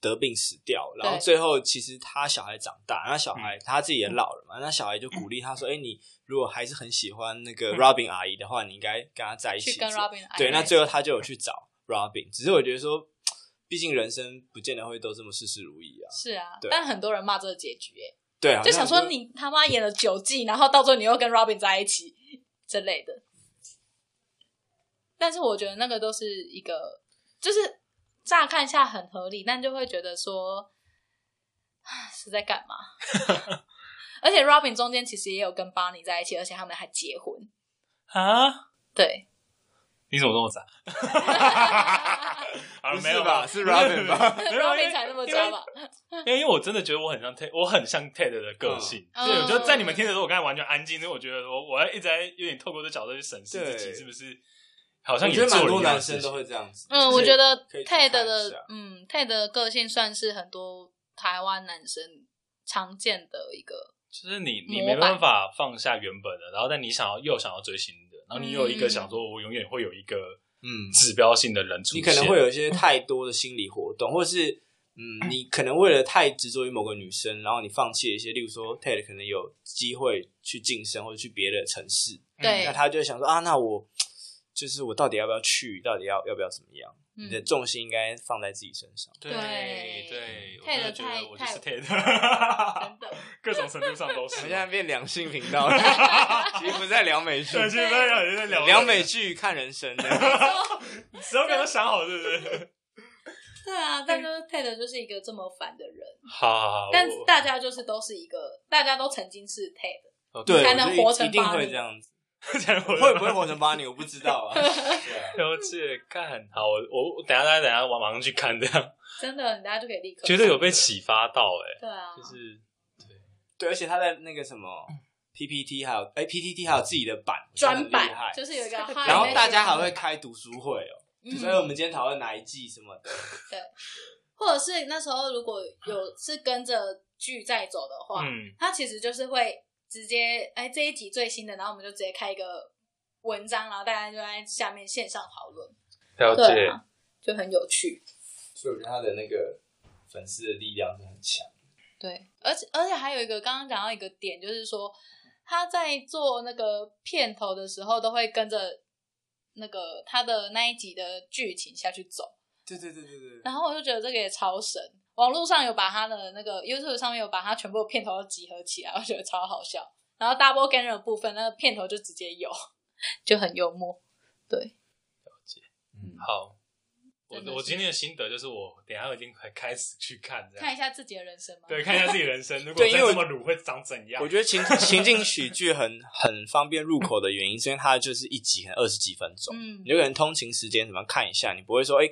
Speaker 1: 得病死掉，然后
Speaker 2: 对
Speaker 1: 最后其实他小孩长大，那
Speaker 3: 嗯
Speaker 1: 小孩、他自己也老了嘛，那小孩就鼓励他说：“哎、你如果还是很喜欢那个 Robin 阿姨的话，你应该跟她在一起。”
Speaker 2: 嗯去跟 Robin
Speaker 1: 对，那最
Speaker 2: 后
Speaker 1: 后他就有去找 Robin，只是我觉得说。毕竟人生不见得会都这么事事如意啊。
Speaker 2: 是啊
Speaker 1: 对，
Speaker 2: 但很多人骂这个结局、欸，
Speaker 1: 对啊，
Speaker 2: 就想说你他妈演了九季，然后到最后你又跟 Robin 在一起之类的。但是我觉得那个都是一个，就是乍看下很合理，但就会觉得说唉是在
Speaker 1: *laughs*
Speaker 2: 干嘛？而且 Robin 中间其实也有跟 Barney 在一起，而且他们还结婚。
Speaker 3: 啊？
Speaker 1: *laughs*
Speaker 2: 对， *laughs*
Speaker 3: 你怎么这么傻？
Speaker 1: *laughs*
Speaker 5: 好了，
Speaker 1: 不是
Speaker 5: 没有
Speaker 1: 吧是 Robin 吧
Speaker 2: Robin 才那么渣吧？
Speaker 3: 因为我真的觉得我很像 Ted，我很像 Ted 的个性。
Speaker 2: 嗯
Speaker 3: 对，我就
Speaker 2: 嗯
Speaker 3: 在你们听的时候，我刚才完全安静，因为我觉得我我要一直在有点透过这角度去审视自己
Speaker 1: 对
Speaker 3: 是不是好像
Speaker 1: 我
Speaker 3: 也
Speaker 1: 觉得
Speaker 3: 做
Speaker 1: 蛮
Speaker 3: 了一
Speaker 1: 多
Speaker 3: 样
Speaker 1: 男
Speaker 3: 的事
Speaker 1: 生都
Speaker 3: 情。
Speaker 1: 会这样子。
Speaker 2: 嗯，我觉得
Speaker 1: 可以去
Speaker 2: Ted
Speaker 1: 看一
Speaker 2: 的
Speaker 1: 下
Speaker 2: 嗯 Ted 的个性算是很多台湾男生常见的一个
Speaker 3: 就是你你
Speaker 2: 模
Speaker 3: 没
Speaker 2: 板
Speaker 3: 办法放下原本的，然后但你想要又想要追新的，然后你有一个
Speaker 2: 嗯
Speaker 3: 想说，我永远会有一个
Speaker 1: 嗯，
Speaker 3: 指标性的人出现，
Speaker 1: 你可能会有一些太多的心理活动，或是嗯，你可能为了太执着于某个女生，然后你放弃了一些，例如说 Ted 可能有机会去晋升或者去别的城市，嗯
Speaker 2: 对
Speaker 1: 那他就会想说啊，那我就是我到底要不要去，到底要要不要怎么样？
Speaker 2: 嗯
Speaker 1: 你的重心应该放在自己身上。
Speaker 3: 对
Speaker 2: 对
Speaker 3: 对，我
Speaker 2: 太
Speaker 3: 真
Speaker 2: 了
Speaker 3: 的觉得我就是 Ted，
Speaker 2: 真
Speaker 1: *laughs*
Speaker 2: 的。
Speaker 3: *laughs* 各种程度上都是。啊
Speaker 1: 变两性频道， *laughs* 其实不在聊美剧
Speaker 3: 对，其实大家也在聊
Speaker 1: 聊美，剧看人生的。
Speaker 3: 只要给他想好，是不是？ *laughs*
Speaker 2: 对啊，但就是 Ted 就是一个这么烦的人，
Speaker 3: 好好好，
Speaker 2: 但
Speaker 3: 我
Speaker 2: 大家就是都是一个，大家都曾经是
Speaker 1: *laughs*
Speaker 2: Ted，
Speaker 1: 对，
Speaker 2: 才能
Speaker 1: 我觉得
Speaker 2: 活成
Speaker 1: 一定
Speaker 2: 巴
Speaker 1: 会
Speaker 2: 黎
Speaker 1: 这样子，
Speaker 3: *laughs* 会
Speaker 1: 会不会活成巴尼我不知道啊。对啊
Speaker 3: 了解？干好，我我我等一下大家等一下我马上去看，这样
Speaker 2: 真的，大家就可以立刻
Speaker 3: 绝对有被启发到哎、
Speaker 2: 对啊，
Speaker 3: 就是
Speaker 1: 对，而且他在那个什么 PPT 还有哎 PTT 还有自己的版
Speaker 2: 专
Speaker 1: 很厉
Speaker 2: 版
Speaker 1: 害
Speaker 2: 就是有一个 Hi，
Speaker 1: 然后大家
Speaker 2: Matthew
Speaker 1: 还会开读书会哦，
Speaker 2: 嗯
Speaker 1: 所以我们今天讨论哪一季什么的，
Speaker 2: 或者是那时候如果有是跟着剧在走的话，
Speaker 3: 嗯，
Speaker 2: 它其实就是会直接哎这一集最新的，然后我们就直接开一个文章，然后大家就在下面线上讨论，
Speaker 3: 了
Speaker 2: 对
Speaker 3: 解。
Speaker 2: 啊，就很有趣。
Speaker 1: 所以我觉得他的那个粉丝的力量是很强。
Speaker 2: 对，而且而且还有一个刚刚讲到一个点，就是说他在做那个片头的时候，都会跟着那个他的那一集的剧情下去走，
Speaker 1: 对对对对对
Speaker 2: 然后我就觉得这个也超神。网络上有把他的那个 YouTube 上面有把他全部的片头都集合起来，我觉得超好笑。然后 Double Ganger 的部分，那个片头就直接有， *laughs* 就很幽默。
Speaker 3: 好，我
Speaker 2: 真的是
Speaker 3: 我今天的心得就是，我等一下一定会开始去看这
Speaker 1: 啊
Speaker 2: 看
Speaker 3: 样。
Speaker 2: 一下自己的人生嘛。
Speaker 3: 对，看一下自己人
Speaker 2: *laughs*
Speaker 3: 生，如果
Speaker 1: 对因
Speaker 3: 再
Speaker 1: 为我
Speaker 3: 这么卤会长怎样
Speaker 1: 我？觉得情情境喜剧很很方便入口的原因，是因为它就是一集可能二十几分钟，
Speaker 2: 嗯
Speaker 1: 你，有可能通勤时间怎么看一下，你不会说哎、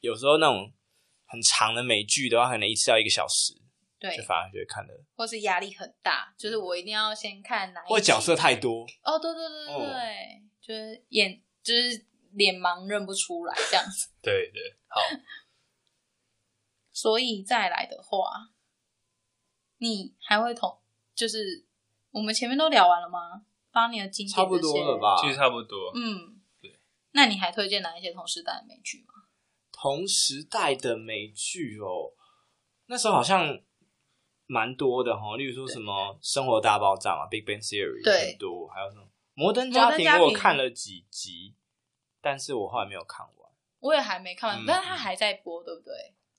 Speaker 1: 有时候那种很长的美剧的话，可能一次要一个小时，
Speaker 2: 对
Speaker 1: 就，反而就会看的，
Speaker 2: 或是压力很大，就是我一定要先看哪一
Speaker 1: 或者角
Speaker 2: 集
Speaker 1: 色太多，
Speaker 2: 哦，对对对对
Speaker 1: 哦
Speaker 2: 对，就是眼就是脸盲认不出来这样子。
Speaker 3: 对对，好，
Speaker 2: 所以再来的话，你还会同就是我们前面都聊完了吗？帮你的经验
Speaker 1: 差不
Speaker 2: 这
Speaker 1: 多
Speaker 2: 些
Speaker 1: 了？吧？
Speaker 3: 其实差不多。
Speaker 2: 嗯，
Speaker 3: 对。
Speaker 2: 那你还推荐哪一些同时代的美剧吗？
Speaker 1: 同时代的美剧哦，那时候好像蛮多的哈、哦，例如说什么《生活大爆炸》嘛，《Big Bang Theory》
Speaker 2: 对
Speaker 1: 很多，还有什么《摩登
Speaker 2: 摩
Speaker 1: 家
Speaker 2: 登
Speaker 1: 庭
Speaker 2: 家》，
Speaker 1: 我
Speaker 2: 庭
Speaker 1: 看了几集，但是我后来没有看完，
Speaker 2: 我也还没看完，
Speaker 1: 嗯
Speaker 2: 但是它还在播，对不对？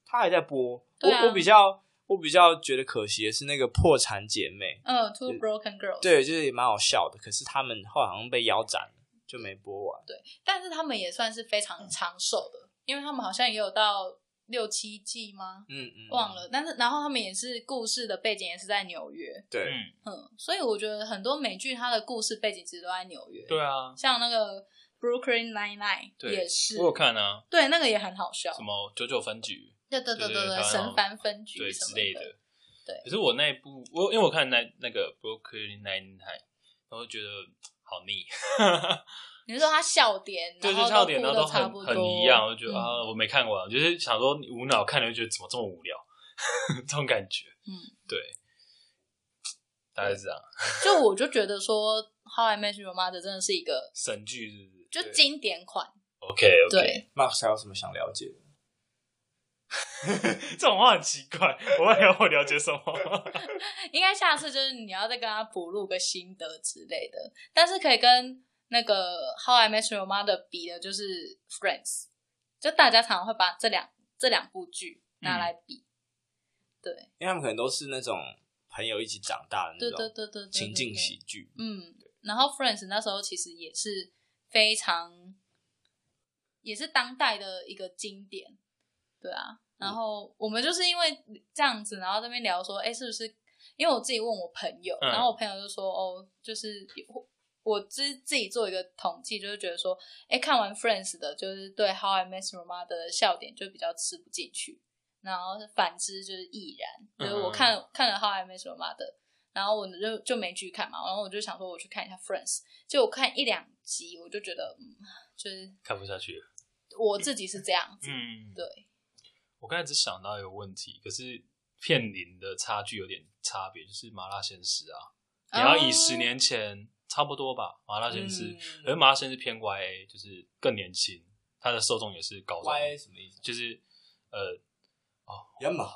Speaker 1: 它还在播。
Speaker 2: 对啊
Speaker 1: 我我比较我比较觉得可惜的是那个《破产姐妹
Speaker 2: 嗯，Two Broken Girls。》，。
Speaker 1: 对，就是也蛮好笑的，可是他们后来好像被腰斩了，就没播完。
Speaker 2: 但是他们也算是非常长寿的，因为他们好像也有到六七季吗？
Speaker 1: 嗯嗯，
Speaker 2: 忘。了。但是然后他们也是故事的背景也是在纽约。
Speaker 1: 对，
Speaker 3: 嗯
Speaker 2: 嗯，所以我觉得很多美剧它的故事背景其实都在纽约，
Speaker 3: 对，啊，
Speaker 2: 像那个 Brooklyn Nine Nine
Speaker 3: 对
Speaker 2: 也是，
Speaker 3: 我有看啊，
Speaker 2: 对，那个也很好笑
Speaker 3: 什，么九九分局，
Speaker 2: 对对对
Speaker 3: 对对
Speaker 2: 对，
Speaker 3: 台湾
Speaker 2: 神烦分局
Speaker 3: 对
Speaker 2: 什
Speaker 3: 之
Speaker 2: 么
Speaker 3: 类
Speaker 2: 的，。对
Speaker 3: 可是我那一部，我因为我看那那个 Brooklyn Nine Nine，然后觉得嗯好腻，
Speaker 2: 你是说它笑点，
Speaker 3: 对，
Speaker 2: 然后
Speaker 3: 就笑点
Speaker 2: 都
Speaker 3: 然
Speaker 2: 哭
Speaker 3: 后都
Speaker 2: 得差
Speaker 3: 很
Speaker 2: 不多
Speaker 3: 很一样，我就觉
Speaker 2: 嗯
Speaker 3: 得、啊，我没看完，就是想说你无脑看了就觉得怎么这么无聊， *laughs* 这种感觉，
Speaker 2: 嗯，
Speaker 3: 对，大概是这样。
Speaker 2: 就我就觉得说《How I Met Your Mother》真的是一个
Speaker 3: 神剧是不是？
Speaker 2: 就经典款， *laughs*
Speaker 3: OK
Speaker 2: 对
Speaker 3: OK，
Speaker 1: Max 还有什么想了解的？
Speaker 5: 这种话很奇怪，我也要了解什
Speaker 2: *laughs*
Speaker 5: 么？
Speaker 2: 应该下次就是你要再跟他补录个心得之类的，但是可以跟那个《How I Met Your Mother》比的，就是《Friends》，就大家常常会把这两这两部剧
Speaker 3: 嗯
Speaker 2: 拿来比。对
Speaker 1: 因为他们可能都是那种朋友一起长大的
Speaker 2: 对
Speaker 1: 那
Speaker 2: 对
Speaker 1: 种
Speaker 2: 对对对，对
Speaker 1: 情境喜。剧，
Speaker 2: 嗯，然后 Friends 那时候其实也是非常，也是当代的一个经典，对啊。
Speaker 1: 嗯
Speaker 2: 然后我们就是因为这样子，然后这边聊说，哎，是不是？因为我自己问我朋友，
Speaker 5: 嗯
Speaker 2: 然后我朋友就说，哦，就是我我自自己做一个统计，就是觉得说，哎，看完 Friends 的，就是对 How I Met Your Mother 的笑点就比较吃不进去，然后反之就是亦然，就是我
Speaker 3: 嗯
Speaker 2: 看、看了 How I Met Your Mother，然后我就就没去看嘛，然后我就想说我去看一下 Friends，就我看一两集，我就觉得，嗯，就是
Speaker 3: 看不下去了。
Speaker 2: 我自己是这样子，
Speaker 5: 嗯，
Speaker 2: 对，
Speaker 3: 我刚才只想到一个问题，可是片龄的差距有点差别，就是麻辣鲜师啊，你要以
Speaker 2: 哦
Speaker 3: 十年前差不多吧，麻辣鲜师，
Speaker 1: 嗯
Speaker 3: 而麻辣鲜师偏 YA，就是更年轻，它的受众也是高中，
Speaker 1: Y 什么意思？
Speaker 3: 就是呃
Speaker 1: 人马哈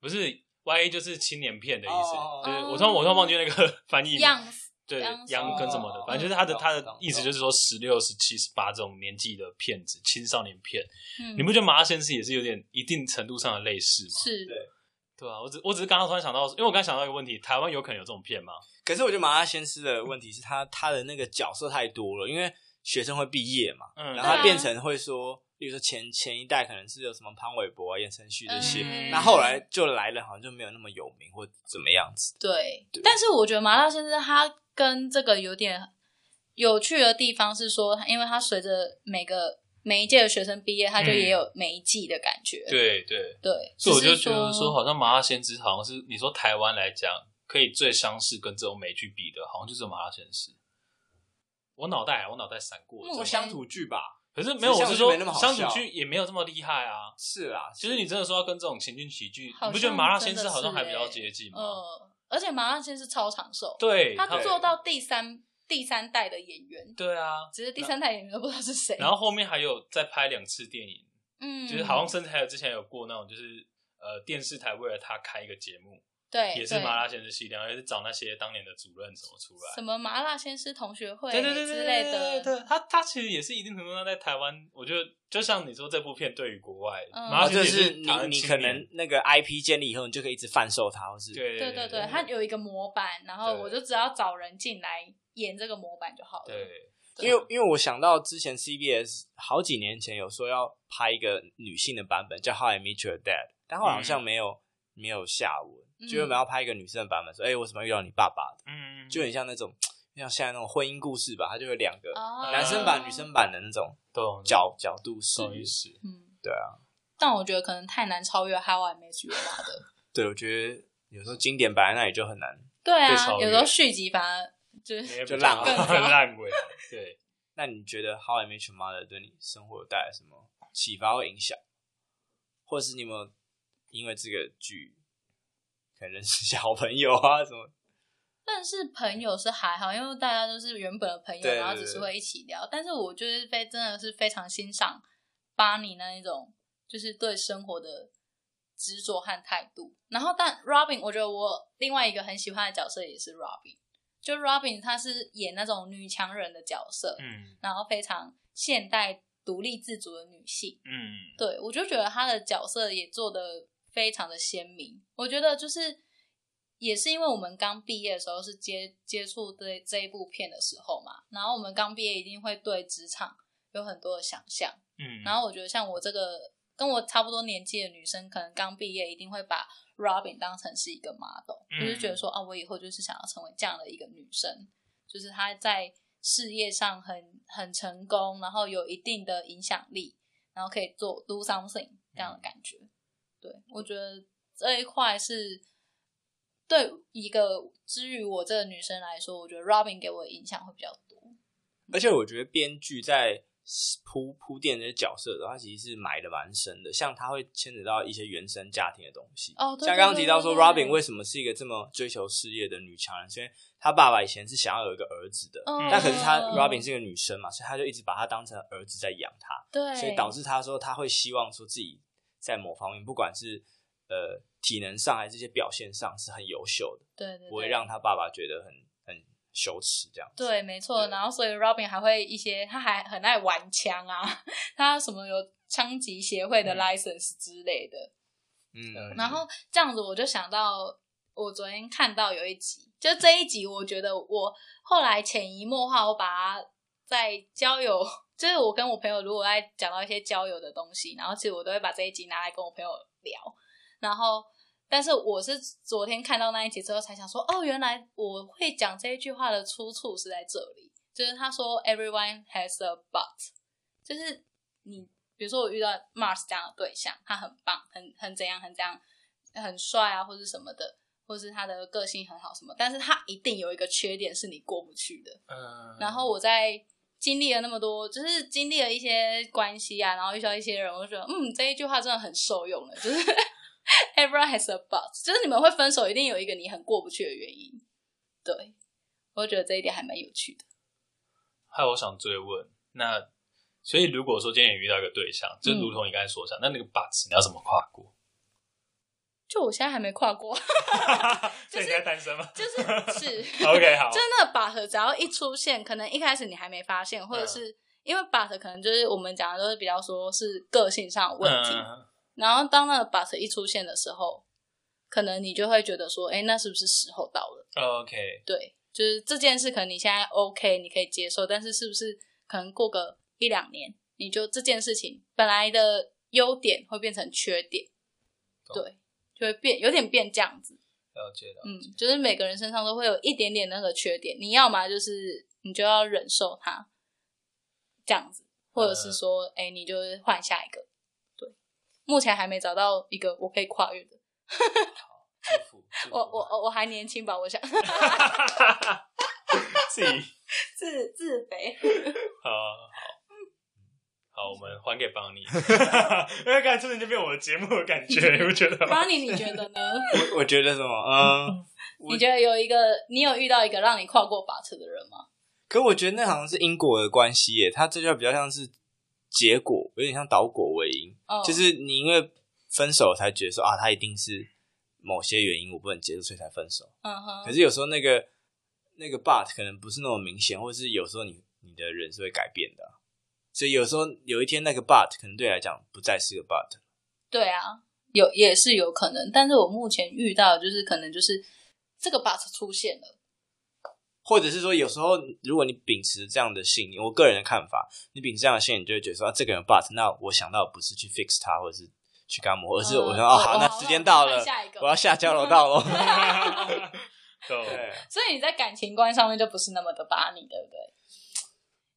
Speaker 3: 不是 YA 就是青年片的意思，
Speaker 1: 哦
Speaker 3: 就是
Speaker 2: 哦
Speaker 3: 我突然我突然忘记那个翻译
Speaker 2: 一
Speaker 3: 名
Speaker 2: 样
Speaker 3: 对
Speaker 2: 样子
Speaker 3: 秧跟什么的
Speaker 1: 哦，
Speaker 3: 反正就是他的
Speaker 1: 懂
Speaker 3: 他的
Speaker 1: 懂
Speaker 3: 意思就是说十六、十七、十八这种年纪的片子，青少年片，
Speaker 2: 嗯
Speaker 3: 你不觉得《麻辣鲜师》也是有点一定程度上的类似吗？
Speaker 2: 是
Speaker 1: 对
Speaker 3: 对啊，我只我只是刚刚突然想到，因为我刚刚想到一个问题，台湾有可能有这种片吗？
Speaker 1: 可是我觉得麻辣鲜师的问题是他他的那个角色太多了，因为学生会毕业嘛，
Speaker 3: 嗯
Speaker 1: 然后
Speaker 2: 对
Speaker 1: 他
Speaker 2: 啊
Speaker 1: 变成会说，例如说前前一代可能是有什么潘玮柏啊、言承旭这些，
Speaker 2: 嗯
Speaker 1: 那后来就来了，好像就没有那么有名或怎么样子。
Speaker 2: 对
Speaker 1: 对，
Speaker 2: 但是我觉得麻辣先生他跟这个有点有趣的地方是说，因为他随着每个每一届的学生毕业，他就
Speaker 3: 嗯
Speaker 2: 也有每一季的感觉，
Speaker 3: 对对，
Speaker 2: 对，
Speaker 3: 所以我就
Speaker 2: 只是
Speaker 3: 觉得说，好像《麻辣鲜师》好像是你说台湾来讲，可以最相似跟这种美剧比的，好像就是《麻辣鲜师》。我脑袋我脑袋闪过了这
Speaker 2: 目
Speaker 3: 种，
Speaker 2: 前
Speaker 1: 乡土剧吧，
Speaker 3: 可是没有，
Speaker 1: 乡
Speaker 3: 我
Speaker 1: 土
Speaker 3: 是
Speaker 1: 剧
Speaker 3: 说
Speaker 1: 没那么好
Speaker 3: 乡
Speaker 1: 笑
Speaker 3: 土剧也没有这么厉害啊。
Speaker 1: 是啦，
Speaker 3: 就是你真的说要跟这种情景喜剧，
Speaker 2: 好
Speaker 3: 你不觉得
Speaker 2: 像
Speaker 3: 麻辣
Speaker 2: 真
Speaker 3: 鲜
Speaker 2: 的
Speaker 3: 师好像
Speaker 2: 是
Speaker 3: 还比较
Speaker 2: 欸
Speaker 3: 接近吗？
Speaker 2: 呃，而且麻辣先生是超长寿，
Speaker 3: 对，
Speaker 2: 他
Speaker 1: 对
Speaker 2: 做到第三第三代的演员，
Speaker 3: 对啊。
Speaker 2: 只是第三代演员都不知道是谁。
Speaker 3: 然后后面还有再拍两次电影，
Speaker 2: 嗯，
Speaker 3: 就是好像甚至还有之前有过那种，就是呃电视台为了他开一个节目，
Speaker 2: 对，
Speaker 3: 也是
Speaker 2: 对
Speaker 3: 麻辣鲜师系列，然后也是找那些当年的主任什么出
Speaker 2: 什
Speaker 3: 来，
Speaker 2: 么麻辣鲜师同学会
Speaker 3: 对对对对
Speaker 2: 之
Speaker 3: 对
Speaker 2: 类
Speaker 3: 对
Speaker 2: 的，
Speaker 3: 对对，他他其实也是一定程度上在台湾，我觉得就像你说这部片对于国外，
Speaker 2: 嗯
Speaker 1: 然
Speaker 3: 麻辣
Speaker 1: 后就
Speaker 3: 鲜师也
Speaker 1: 啊是
Speaker 3: 是
Speaker 1: 你
Speaker 3: 台湾
Speaker 1: 你
Speaker 3: 青
Speaker 1: 可
Speaker 3: 年
Speaker 1: 能那个 IP 建立以后，你就可以一直贩售它，或是
Speaker 3: 对
Speaker 2: 对
Speaker 3: 对
Speaker 2: 对，他有一个模板，然后
Speaker 3: 对
Speaker 2: 我就只要找人进来演这个模板就好了。
Speaker 3: 对
Speaker 1: 因为因为我想到之前 CBS 好几年前有说要拍一个女性的版本，叫《How I Met Your Dad》，但后来好
Speaker 3: 嗯
Speaker 1: 像没有、没有下文，就原本要拍一个女生的版本，说哎、我怎么遇到你爸爸的，
Speaker 3: 嗯
Speaker 1: 就很像那种像现在那种婚姻故事吧，它就有两个
Speaker 2: 哦
Speaker 1: 男生版、女生版的那种
Speaker 3: 懂
Speaker 1: 角角度是
Speaker 3: 哦懂意思，
Speaker 2: 嗯，
Speaker 1: 对啊，
Speaker 2: 但我觉得可能太难超越《How I Met Your Mother》。
Speaker 1: 对，我觉得有时候经典摆在那里就很难。
Speaker 2: 对
Speaker 3: 被
Speaker 2: 啊
Speaker 3: 超，越
Speaker 2: 有时候续集反而就是
Speaker 3: 也比
Speaker 1: 就
Speaker 3: 较
Speaker 1: 烂尾
Speaker 2: *laughs*
Speaker 3: 烂尾，对。
Speaker 1: 那你觉得《How I Met Your Mother》对你生活有带来什么启发或影响，或是你有没有因为这个剧可能认识小朋友啊什么？
Speaker 2: 但是朋友是还好，因为大家都是原本的朋友，
Speaker 1: 对
Speaker 2: 然后
Speaker 1: 对
Speaker 2: 只是
Speaker 1: 对
Speaker 2: 会一起聊。但是我就是非真的是非常欣赏巴尼那一种，就是对生活的执着和态度。然后，但 Robin，我觉得我另外一个很喜欢的角色也是 Robin，就 Robin 她是演那种女强人的角色，
Speaker 3: 嗯
Speaker 2: 然后非常现代独立自主的女性。
Speaker 3: 嗯，
Speaker 2: 对，我就觉得他的角色也做的非常的鲜明。我觉得就是也是因为我们刚毕业的时候是接接触这这一部片的时候嘛，然后我们刚毕业一定会对职场有很多的想象。
Speaker 3: 嗯，
Speaker 2: 然后我觉得像我这个跟我差不多年纪的女生，可能刚毕业一定会把 Robin 当成是一个 model，、
Speaker 3: 嗯
Speaker 2: 就是觉得说啊，我以后就是想要成为这样的一个女生，就是她在事业上很很成功，然后有一定的影响力，然后可以做 do something
Speaker 1: 嗯
Speaker 2: 这样的感觉。对我觉得这一块是。对一个至于我这个女生来说，我觉得 Robin 给我的影响会比较多。
Speaker 1: 而且我觉得编剧在铺铺垫这些角色的话，他其实是埋的蛮深的，像他会牵扯到一些原生家庭的东西。
Speaker 2: 哦，对
Speaker 1: 像刚刚提到说
Speaker 2: 对对对
Speaker 1: ，Robin 为什么是一个这么追求事业的女强人？是因为她爸爸以前是想要有一个儿子的，
Speaker 2: 嗯
Speaker 1: 但可是她 Robin 是一个女生嘛，所以她就一直把她当成儿子在养她。
Speaker 2: 对，
Speaker 1: 所以导致他说他会希望说自己在某方面，不管是呃体能上还是这些表现上是很优秀的，
Speaker 2: 对对对
Speaker 1: 不会让他爸爸觉得很很羞耻这样子。
Speaker 2: 对，没错。
Speaker 1: 对
Speaker 2: 然后所以 Robin 还会一些，他还很爱玩枪啊， *laughs* 他什么有枪击协会的 license 之类的。
Speaker 1: 嗯， *laughs*
Speaker 2: 然后这样子，我就想到我昨天看到有一集，就这一集，我觉得我后来潜移默化，我把它在交友，就是我跟我朋友如果在讲到一些交友的东西，然后其实我都会把这一集拿来跟我朋友聊，然后。但是我是昨天看到那一集之后才想说，哦，原来我会讲这一句话的出处是在这里，就是他说 “everyone has a but”，就是你比如说我遇到 Mars 这样的对象，他很棒，很很怎样，很怎样，很帅啊，或是什么的，或是他的个性很好什么，但是他一定有一个缺点是你过不去的。
Speaker 3: 呃
Speaker 5: 嗯
Speaker 2: 然后我在经历了那么多，就是经历了一些关系啊，然后遇到一些人，我就觉得，嗯，这一句话真的很受用了，就是 *laughs* everyone has a but，就是你们会分手，一定有一个你很过不去的原因。对，我觉得这一点还蛮有趣的。
Speaker 3: 还有我想追问，那所以如果说今天你遇到一个对象，
Speaker 2: 嗯
Speaker 3: 就如同你刚才所想，那那个把持你要怎么跨
Speaker 2: *laughs*
Speaker 3: 过？
Speaker 2: 就我现在还没跨过， *laughs*
Speaker 5: 所以你在单身吗？
Speaker 3: *laughs*
Speaker 2: 就是是
Speaker 5: OK，好
Speaker 2: 就那个 but 只要一出现，可能一开始你还没发现，或者
Speaker 5: 嗯
Speaker 2: 是、因为 but 可能就是我们讲的都是比较说是个性上的问题，
Speaker 5: 嗯
Speaker 2: 然后当那个 but 一出现的时候，可能你就会觉得说，哎、那是不是时候到了？
Speaker 5: OK，
Speaker 2: 对，就是这件事，可能你现在 OK，你可以接受，但是是不是可能过个一两年，你就这件事情本来的优点会变成缺点，
Speaker 3: 懂
Speaker 2: 对，就会变有点变这样子。
Speaker 3: 了解了。
Speaker 2: 嗯，就是每个人身上都会有一点点那个缺点，你要么就是你就要忍受它，这样子，或者是说，哎、你就是换下一个。对，目前还没找到一个我可以跨越的。
Speaker 3: 祝福，祝福
Speaker 2: 我
Speaker 3: *laughs*
Speaker 2: 我我我还年轻吧，我想
Speaker 5: 自己
Speaker 2: 自自肥。
Speaker 3: 好好好，我们还给
Speaker 2: *laughs*
Speaker 3: 邦尼。 *laughs*
Speaker 5: 因为刚才突然就变我的节目的感觉，你不觉得吗？
Speaker 2: Ronnie，你觉得呢？
Speaker 1: 我我觉得什么，
Speaker 2: *laughs*
Speaker 1: 嗯，我
Speaker 2: 你觉得有一个你有遇到一个让你跨过把车的人吗？
Speaker 1: 可我觉得那好像是因果的关系耶，它这就比较像是结果，有点像倒果为因，
Speaker 2: 哦，
Speaker 1: 就是你因为分手才觉得说啊，他一定是某些原因我不能接受，所以才分手。
Speaker 2: 嗯哼，
Speaker 1: 可是有时候那个那个 but 可能不是那么明显，或是有时候你你的人是会改变的啊，所以有时候有一天那个 but 可能对你来讲不再是个 but。
Speaker 2: 对啊，有也是有可能，但是我目前遇到的就是可能就是这个把车出现了，
Speaker 1: 或者是说，有时候如果你秉持这样的信念，我个人的看法，你秉持这样的信念，你就会觉得说，啊、这个人 but，那我想到不是去 fix 他，或者是去干嘛，而是我
Speaker 2: 嗯
Speaker 1: 想、哦，
Speaker 2: 我
Speaker 1: 好，
Speaker 2: 我
Speaker 1: 那
Speaker 2: 好
Speaker 1: 时
Speaker 2: 了
Speaker 1: 间
Speaker 2: 我
Speaker 1: 到
Speaker 2: 换
Speaker 1: 了，
Speaker 2: 下一个
Speaker 1: 我要下交流道喽。
Speaker 5: 懂
Speaker 1: 对，
Speaker 2: *laughs* 所以你在感情观上面就不是那么的把你，对不对？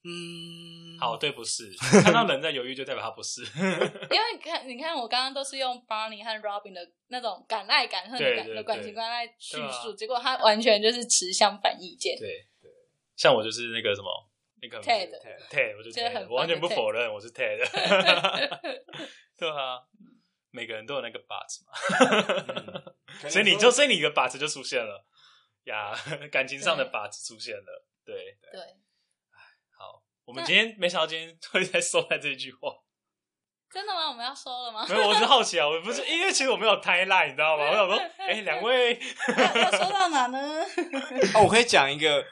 Speaker 1: 嗯，
Speaker 3: 好，对，不
Speaker 2: *laughs*
Speaker 3: 是看到人在犹豫，就代表他不是。
Speaker 2: 因为你看，你看我刚刚都是用 Barney 和 Robin 的那种敢爱敢恨
Speaker 5: 对
Speaker 2: 的感
Speaker 5: 对对
Speaker 2: 的感情观来叙
Speaker 5: 对
Speaker 2: 述，
Speaker 5: 啊
Speaker 2: 结果他完全就是持相反意见。
Speaker 3: 对 *laughs* 对，像我就是那个什么那个
Speaker 2: Ted
Speaker 5: Ted，我就
Speaker 2: 这个
Speaker 5: Ted，
Speaker 2: 很棒的
Speaker 5: 我完全不
Speaker 2: Ted
Speaker 5: 否认我是
Speaker 2: *laughs*
Speaker 5: Ted。
Speaker 3: 对啊，每个人都有那个把持嘛，
Speaker 5: 嗯
Speaker 2: *laughs*
Speaker 5: 所以你就，所以你的靶子就出现了呀，感情上的
Speaker 2: 对
Speaker 5: 靶子出现了。对，
Speaker 2: 对，
Speaker 3: 好，
Speaker 5: 我们
Speaker 2: 那
Speaker 5: 今天没想到今天会再说在这句话，
Speaker 2: 真的吗？我们要收
Speaker 1: *laughs*
Speaker 2: 了
Speaker 5: *laughs*
Speaker 2: 吗？
Speaker 5: 没有，我是好奇啊，我不是因为其实我没有 timeline，你知道吗？我想
Speaker 2: *laughs*
Speaker 5: 说，哎、两位
Speaker 2: 要要收到 *laughs* 哪呢？
Speaker 1: 哦，我可以讲一个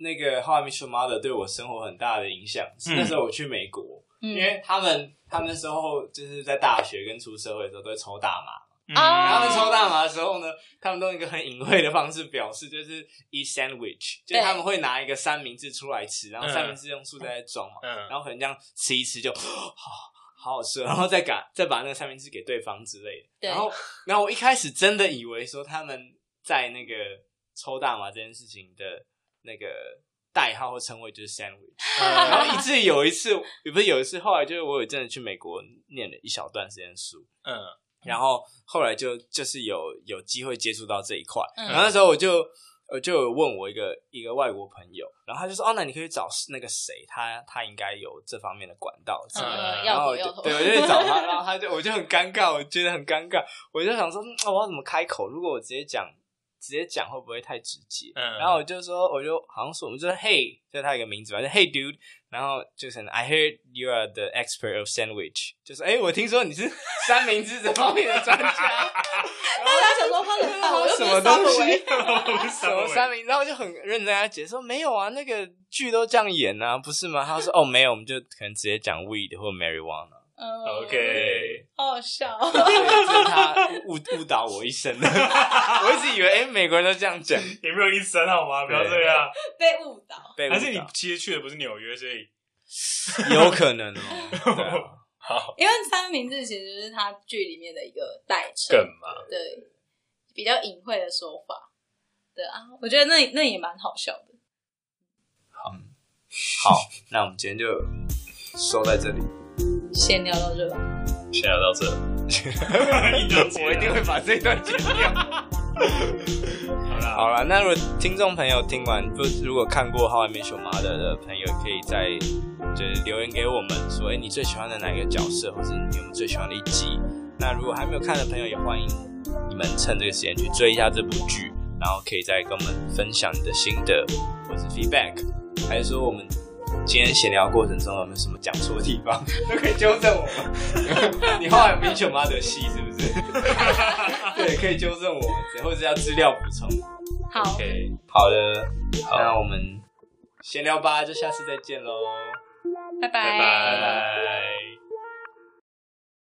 Speaker 1: 那个《How I Met Your Mother》对我生活很大的影响，是那时候我去美国，
Speaker 2: 因
Speaker 1: 因为他们他们那时候就是在大学跟出社会的时候都会抽大麻。
Speaker 5: 嗯
Speaker 2: 啊
Speaker 3: 嗯
Speaker 1: 他们抽大麻的时候呢，他们都用一个很隐晦的方式表示，就是 eat sandwich，就
Speaker 2: 对
Speaker 1: 是他们会拿一个三明治出来吃，然后
Speaker 5: 嗯
Speaker 1: 三明治用塑料袋装嘛，
Speaker 5: 嗯
Speaker 1: 然后可能这样吃一吃就 *gasps* 好好好吃，然后再赶再把那个三明治给对方之类的。
Speaker 2: 对
Speaker 1: 然后，然后我一开始真的以为说他们在那个抽大麻这件事情的那个代号或称谓就是 sandwich。然
Speaker 2: *laughs*
Speaker 1: 后以至于有一次，也不是有一次，后来就是我有真的去美国念了一小段时间书，
Speaker 5: 嗯，
Speaker 1: 然后后来就就是有有机会接触到这一块，
Speaker 2: 嗯
Speaker 1: 然后那时候我就我就有问我一个一个外国朋友，然后他就说哦，那你可以找那个谁，他他应该有这方面的管道之类的。
Speaker 2: 呃，
Speaker 1: 然
Speaker 2: 要
Speaker 1: 后
Speaker 2: 头
Speaker 1: 我就
Speaker 2: 要头，
Speaker 1: 对，我就去
Speaker 2: *laughs*
Speaker 1: 找他，然后他就我就很尴尬，我觉得很尴尬，我就想说，嗯我要怎么开口？如果我直接讲直接讲会不会太直接？
Speaker 5: 嗯
Speaker 1: 然后我就说，我就好像说，我就说 Hey，就是他有一个名字嘛，就 Hey dude，然后就是 I heard you are the expert of sandwich，就是哎、我听说你是 *laughs* 三明治这方面的专家，
Speaker 2: 大家想说他的饭，我
Speaker 1: *laughs*
Speaker 2: 又
Speaker 1: 什
Speaker 2: 不
Speaker 1: 么
Speaker 2: 是
Speaker 1: 东
Speaker 2: Subway
Speaker 1: 西？ *laughs* *laughs* 什
Speaker 5: 什
Speaker 1: 么三明？然后我就很认真跟他解释说，没有啊，那个剧都这样演啊，不是吗？他说哦，没有，我们就可能直接讲 weed 或 marijuana。
Speaker 2: 嗯
Speaker 5: OK，
Speaker 2: 好好笑。
Speaker 5: *laughs*
Speaker 2: 哦
Speaker 1: 所以就是他误误误导我一生 *laughs* 的，我一直以为哎、美国人都这样讲，
Speaker 5: 你没有医生好吗？不要这样。
Speaker 2: *laughs* 被误导。
Speaker 1: 被误
Speaker 5: 还是你
Speaker 1: 导
Speaker 5: 其实去的不是纽约，所以
Speaker 1: 有可能哦。对啊
Speaker 2: 因为三明治其实是他剧里面的一个代称，
Speaker 5: 梗嘛。
Speaker 2: 对，比较隐晦的说法。对啊，我觉得那那也蛮好笑的。
Speaker 1: 好，那我们今天就收在这里，
Speaker 2: 先聊到这吧。
Speaker 5: 先聊 *laughs* 到这，
Speaker 1: 我一定会把这一段剪掉。
Speaker 5: 好啦，
Speaker 1: 好了，那如果听众朋友听完，不如果看过《How I Met Your Mother》的呃朋友，可以在就是留言给我们说，哎、你最喜欢的哪一个角色，或是你有没有最喜欢的一集？那如果还没有看的朋友，也欢迎你们趁这个时间去追一下这部剧，然后可以再跟我们分享你的心得或是 feedback，还是说我们今天闲聊过程中有没有什么讲错的地方， *laughs* 都可以纠正我们。 *laughs* 你后来有没选妈的戏是不是？ *laughs* 对，可以纠正我们，或者要资料补充。
Speaker 2: 好
Speaker 5: OK，
Speaker 1: 好的，那我们闲聊吧，就下次再见喽。
Speaker 2: 拜
Speaker 5: 拜
Speaker 2: 拜
Speaker 5: 拜。